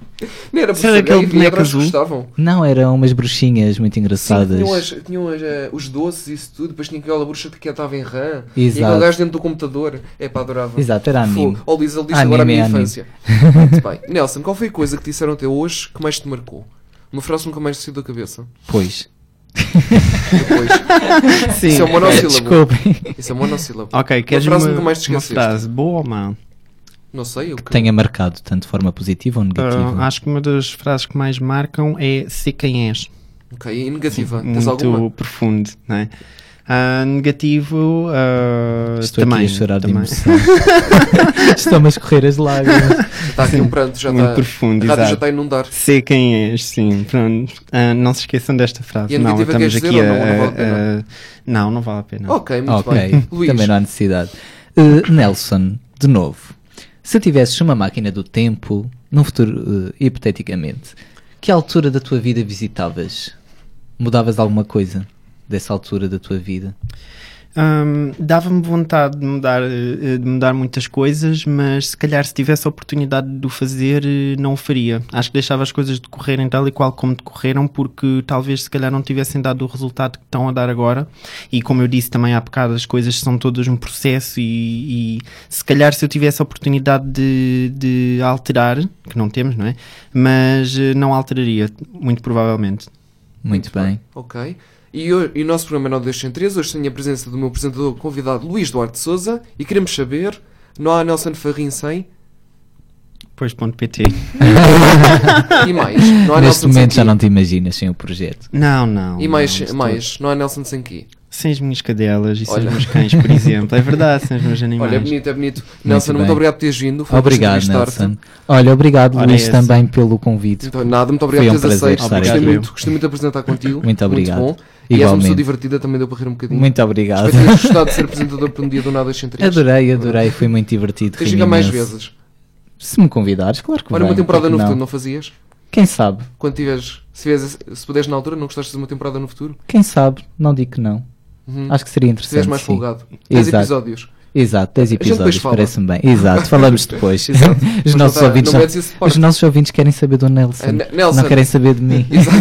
[SPEAKER 3] Não era por
[SPEAKER 5] Sabe
[SPEAKER 3] ser
[SPEAKER 5] aquele
[SPEAKER 3] gay, havia
[SPEAKER 5] boneco
[SPEAKER 3] outras que
[SPEAKER 5] azul?
[SPEAKER 3] gostavam.
[SPEAKER 4] Não, eram umas bruxinhas muito
[SPEAKER 3] Sim,
[SPEAKER 4] engraçadas.
[SPEAKER 3] tinham, as- tinham as, eh, os doces e isso tudo, depois tinha aquela bruxa que estava em RAM, e
[SPEAKER 4] Exato.
[SPEAKER 3] aquele gajo dentro do computador. É pá, adorava.
[SPEAKER 4] Exato, era anime.
[SPEAKER 3] Fogo. Ou diz ele diz
[SPEAKER 4] Anime
[SPEAKER 3] agora a minha
[SPEAKER 4] é anime.
[SPEAKER 3] infância. Muito
[SPEAKER 4] [laughs]
[SPEAKER 3] bem. Nelson, qual foi a coisa que te disseram até hoje que mais te marcou? Uma frase que nunca mais te saiu da cabeça.
[SPEAKER 4] Pois. [laughs]
[SPEAKER 3] Depois.
[SPEAKER 5] Sim.
[SPEAKER 3] Isso é um monossílabo.
[SPEAKER 4] Desculpem.
[SPEAKER 3] Isso é monossílabo.
[SPEAKER 5] Ok, queres
[SPEAKER 3] frase
[SPEAKER 5] uma,
[SPEAKER 3] nunca mais te
[SPEAKER 5] uma
[SPEAKER 3] esqueceste.
[SPEAKER 5] frase boa ou má?
[SPEAKER 3] Não sei, eu que...
[SPEAKER 4] [laughs] Tenha marcado tanto de forma positiva ou negativa.
[SPEAKER 5] Ah, acho que uma das frases que mais marcam é ser quem és.
[SPEAKER 3] Ok, e negativa. Tens alguma?
[SPEAKER 5] Muito profundo, não é? Ah, negativo ah,
[SPEAKER 4] Estou
[SPEAKER 5] também,
[SPEAKER 4] aqui a chorar
[SPEAKER 5] também.
[SPEAKER 4] de
[SPEAKER 5] [laughs]
[SPEAKER 4] emoção. Estão-me a escorrer as lágrimas.
[SPEAKER 3] Está aqui um pranto, já
[SPEAKER 5] muito
[SPEAKER 3] está.
[SPEAKER 5] profundo,
[SPEAKER 3] a rádio já tá
[SPEAKER 5] exato.
[SPEAKER 3] está a inundar.
[SPEAKER 5] Ser quem és, sim, pronto. Ah, não se esqueçam desta frase.
[SPEAKER 3] E a
[SPEAKER 5] não,
[SPEAKER 3] negativa
[SPEAKER 5] estamos
[SPEAKER 3] queres
[SPEAKER 5] aqui
[SPEAKER 3] dizer
[SPEAKER 5] a,
[SPEAKER 3] ou não? Não vale a pena. Oh,
[SPEAKER 5] a- Não, não vale a pena.
[SPEAKER 3] Ok, muito
[SPEAKER 4] Ah. ok, [laughs]
[SPEAKER 3] bem. Luís,
[SPEAKER 4] também não há necessidade. Uh, Nelson, de novo. Se tivesses uma máquina do tempo, num futuro uh, hipoteticamente, que altura da tua vida visitavas? Mudavas alguma coisa dessa altura da tua vida?
[SPEAKER 5] Hum, Dava-me vontade de mudar, eh, de mudar muitas coisas, mas se calhar se tivesse a oportunidade de o fazer, eh, não o faria. Acho que deixava as coisas decorrerem tal e qual como decorreram, porque talvez se calhar não tivessem dado o resultado que estão a dar agora. E como eu disse também há bocado, as coisas são todas um processo. E, e se calhar se eu tivesse a oportunidade de, de alterar, que não temos, não é? Mas eh, não alteraria, muito provavelmente.
[SPEAKER 4] Muito, bem.
[SPEAKER 3] Ok. E, ho- e o nosso programa é Não Deixa em 3. Hoje tenho a presença do meu apresentador convidado Luís Duarte Souza e queremos saber: não há Nelson Farrin sem?
[SPEAKER 5] Pois.pt
[SPEAKER 3] E mais? Não há
[SPEAKER 4] Neste
[SPEAKER 3] Nelson sem
[SPEAKER 4] momento já
[SPEAKER 3] quê?
[SPEAKER 4] não te imaginas sem o projeto.
[SPEAKER 5] Não, não.
[SPEAKER 3] E mais,
[SPEAKER 5] não, de todo.
[SPEAKER 3] mais, não há Nelson sem quê?
[SPEAKER 5] Sem as minhas cadelas e sem
[SPEAKER 3] Olha.
[SPEAKER 5] os meus cães, por exemplo. É verdade, sem os meus animais.
[SPEAKER 3] Olha, é bonito, é bonito. Nelson,
[SPEAKER 4] bem.
[SPEAKER 3] muito obrigado por teres vindo. Foi um prazer
[SPEAKER 4] Obrigado,
[SPEAKER 3] entrevistar-te.
[SPEAKER 4] Nelson. Olha, obrigado,
[SPEAKER 5] Ora,
[SPEAKER 4] Luís,
[SPEAKER 5] esse.
[SPEAKER 4] também pelo convite.
[SPEAKER 3] Então, nada, muito obrigado
[SPEAKER 4] Foi um
[SPEAKER 3] por teres
[SPEAKER 4] prazer
[SPEAKER 3] aceito.
[SPEAKER 4] estar
[SPEAKER 3] Gostei
[SPEAKER 5] aqui.
[SPEAKER 3] muito, gostei muito de apresentar contigo.
[SPEAKER 4] Muito obrigado.
[SPEAKER 3] Muito bom. E és uma pessoa
[SPEAKER 4] Igualmente.
[SPEAKER 3] divertida, também deu para rir um bocadinho.
[SPEAKER 4] Muito obrigado.
[SPEAKER 3] Espero que tenhas gostado de ser apresentador por um dia do Nada Deixa em 3.
[SPEAKER 4] [laughs] Adorei, adorei, foi muito divertido.
[SPEAKER 3] Tens de
[SPEAKER 4] ri-me
[SPEAKER 3] chegar mais
[SPEAKER 4] imenso.
[SPEAKER 3] vezes.
[SPEAKER 4] Se me convidares, claro que
[SPEAKER 3] Olha, uma
[SPEAKER 4] venho,
[SPEAKER 3] temporada
[SPEAKER 4] porque
[SPEAKER 3] no
[SPEAKER 4] não?
[SPEAKER 3] futuro, não fazias?
[SPEAKER 4] Quem sabe?
[SPEAKER 3] Quando tiveres, se, tiveres, se puderes na altura, não gostaste de uma temporada no futuro?
[SPEAKER 4] Quem sabe? Não digo que não.
[SPEAKER 3] Uhum.
[SPEAKER 4] Acho que seria
[SPEAKER 3] Se tiveres
[SPEAKER 4] interessante.
[SPEAKER 3] mais
[SPEAKER 4] sim.
[SPEAKER 3] folgado. 10
[SPEAKER 4] Exato.
[SPEAKER 3] episódios.
[SPEAKER 4] Exato, 10
[SPEAKER 3] gente depois
[SPEAKER 4] episódios,
[SPEAKER 3] fala.
[SPEAKER 4] parece-me bem.
[SPEAKER 3] [laughs]
[SPEAKER 4] Exato, falamos depois. [laughs]
[SPEAKER 3] Exato. Mas
[SPEAKER 4] Os,
[SPEAKER 3] não
[SPEAKER 4] nossos
[SPEAKER 3] tá- não
[SPEAKER 4] ouvintes já-
[SPEAKER 3] metes esse parte.
[SPEAKER 4] os nossos ouvintes querem saber do Nelson.
[SPEAKER 3] É, Ne- Nelson.
[SPEAKER 4] Não querem saber
[SPEAKER 3] [laughs]
[SPEAKER 4] de mim.
[SPEAKER 3] Exato.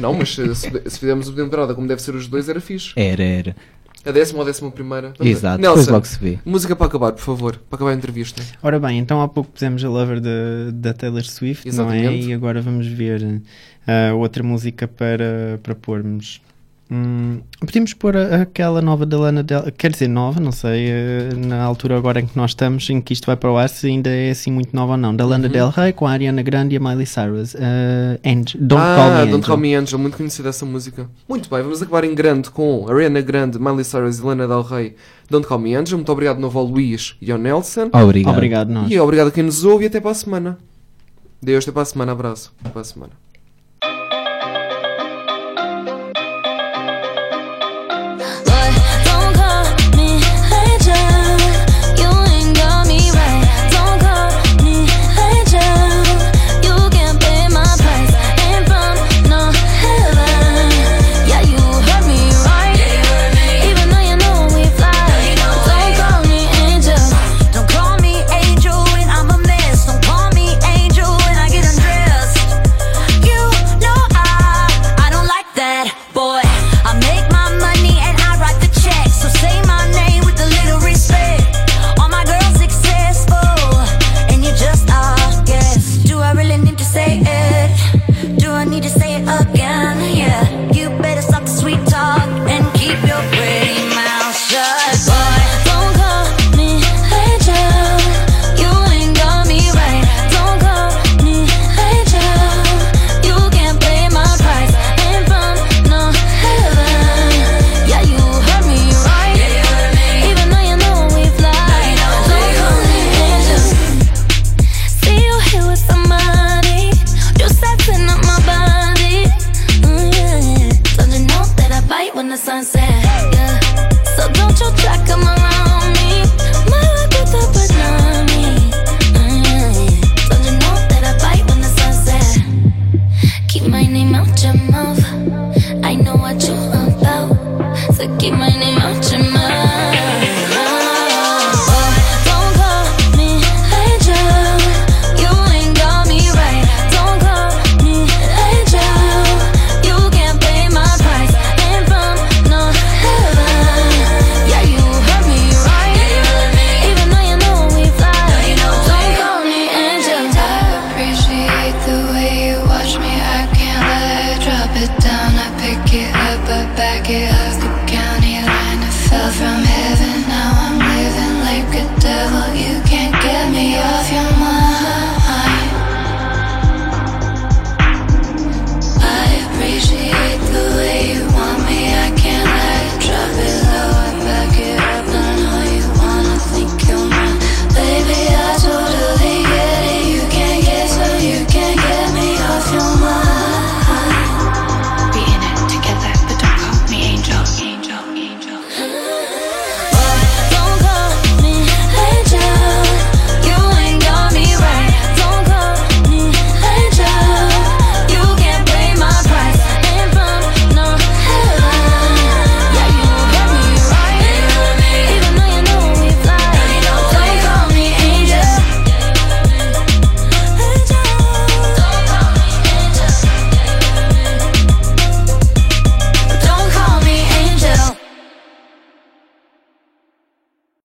[SPEAKER 3] não, mas se, se se fizermos uma temporada como deve ser os dois, era fixe.
[SPEAKER 4] Era, era.
[SPEAKER 3] A décima ou a décima primeira. Vamos ver.
[SPEAKER 4] Exato, depois
[SPEAKER 3] Nelson,
[SPEAKER 4] logo se vê.
[SPEAKER 3] música para acabar, por favor. Para acabar a entrevista.
[SPEAKER 5] Ora bem, então há pouco pusemos a Lover da, da Taylor Swift, não é?
[SPEAKER 3] Exatamente.
[SPEAKER 5] E agora vamos ver ah, outra música para, para pormos. Hum, podíamos pôr a- aquela nova da Lana Del quer dizer, nova, não sei, ah, na altura agora em que nós estamos, em que isto vai para o ar, se ainda é assim muito nova ou não. Da
[SPEAKER 3] Uhum.
[SPEAKER 5] Lana Del Rey com a Ariana Grande e a Miley Cyrus. Ah, Ange- Don't
[SPEAKER 3] ah,
[SPEAKER 5] Call Me
[SPEAKER 3] Don't
[SPEAKER 5] Angel.
[SPEAKER 3] Call Me Angel, muito conhecida essa música. Muito bem, vamos acabar em grande com Ariana Grande, Miley Cyrus e Lana Del Rey. Don't Call Me Angel. Muito obrigado de novo ao Luís e ao Nelson.
[SPEAKER 4] Obrigado.
[SPEAKER 5] Obrigado, nós.
[SPEAKER 3] E obrigado a quem nos ouve e até para a semana. Deus, até para a semana. Abraço. Até para a semana.
[SPEAKER 1] Boy, don't call me angel. You ain't got me right. Don't call me angel. You can pay my price. Ain't from no heaven. Yeah, you heard me right. Even though you know we fly. Don't call me angel.
[SPEAKER 6] Don't call me angel when I'm a mess. Don't call me angel when I get undressed. You
[SPEAKER 1] Mm, sunset. Yeah. So don't you try come around me. My luck with the banana. Mm. Don't you know that I bite when the sun sets? Keep my name out your mouth. I know what you about. So keep my name out your mouth. Don't call me angel. You ain't got me right. Don't call me angel. You can't pay my price. Ain't from no heaven. Yeah, you heard me right. Even though you know we fly. Don't call me angel.
[SPEAKER 6] appreciate the way you watch me. I can't let it drop it down. I pick it up, but back it up.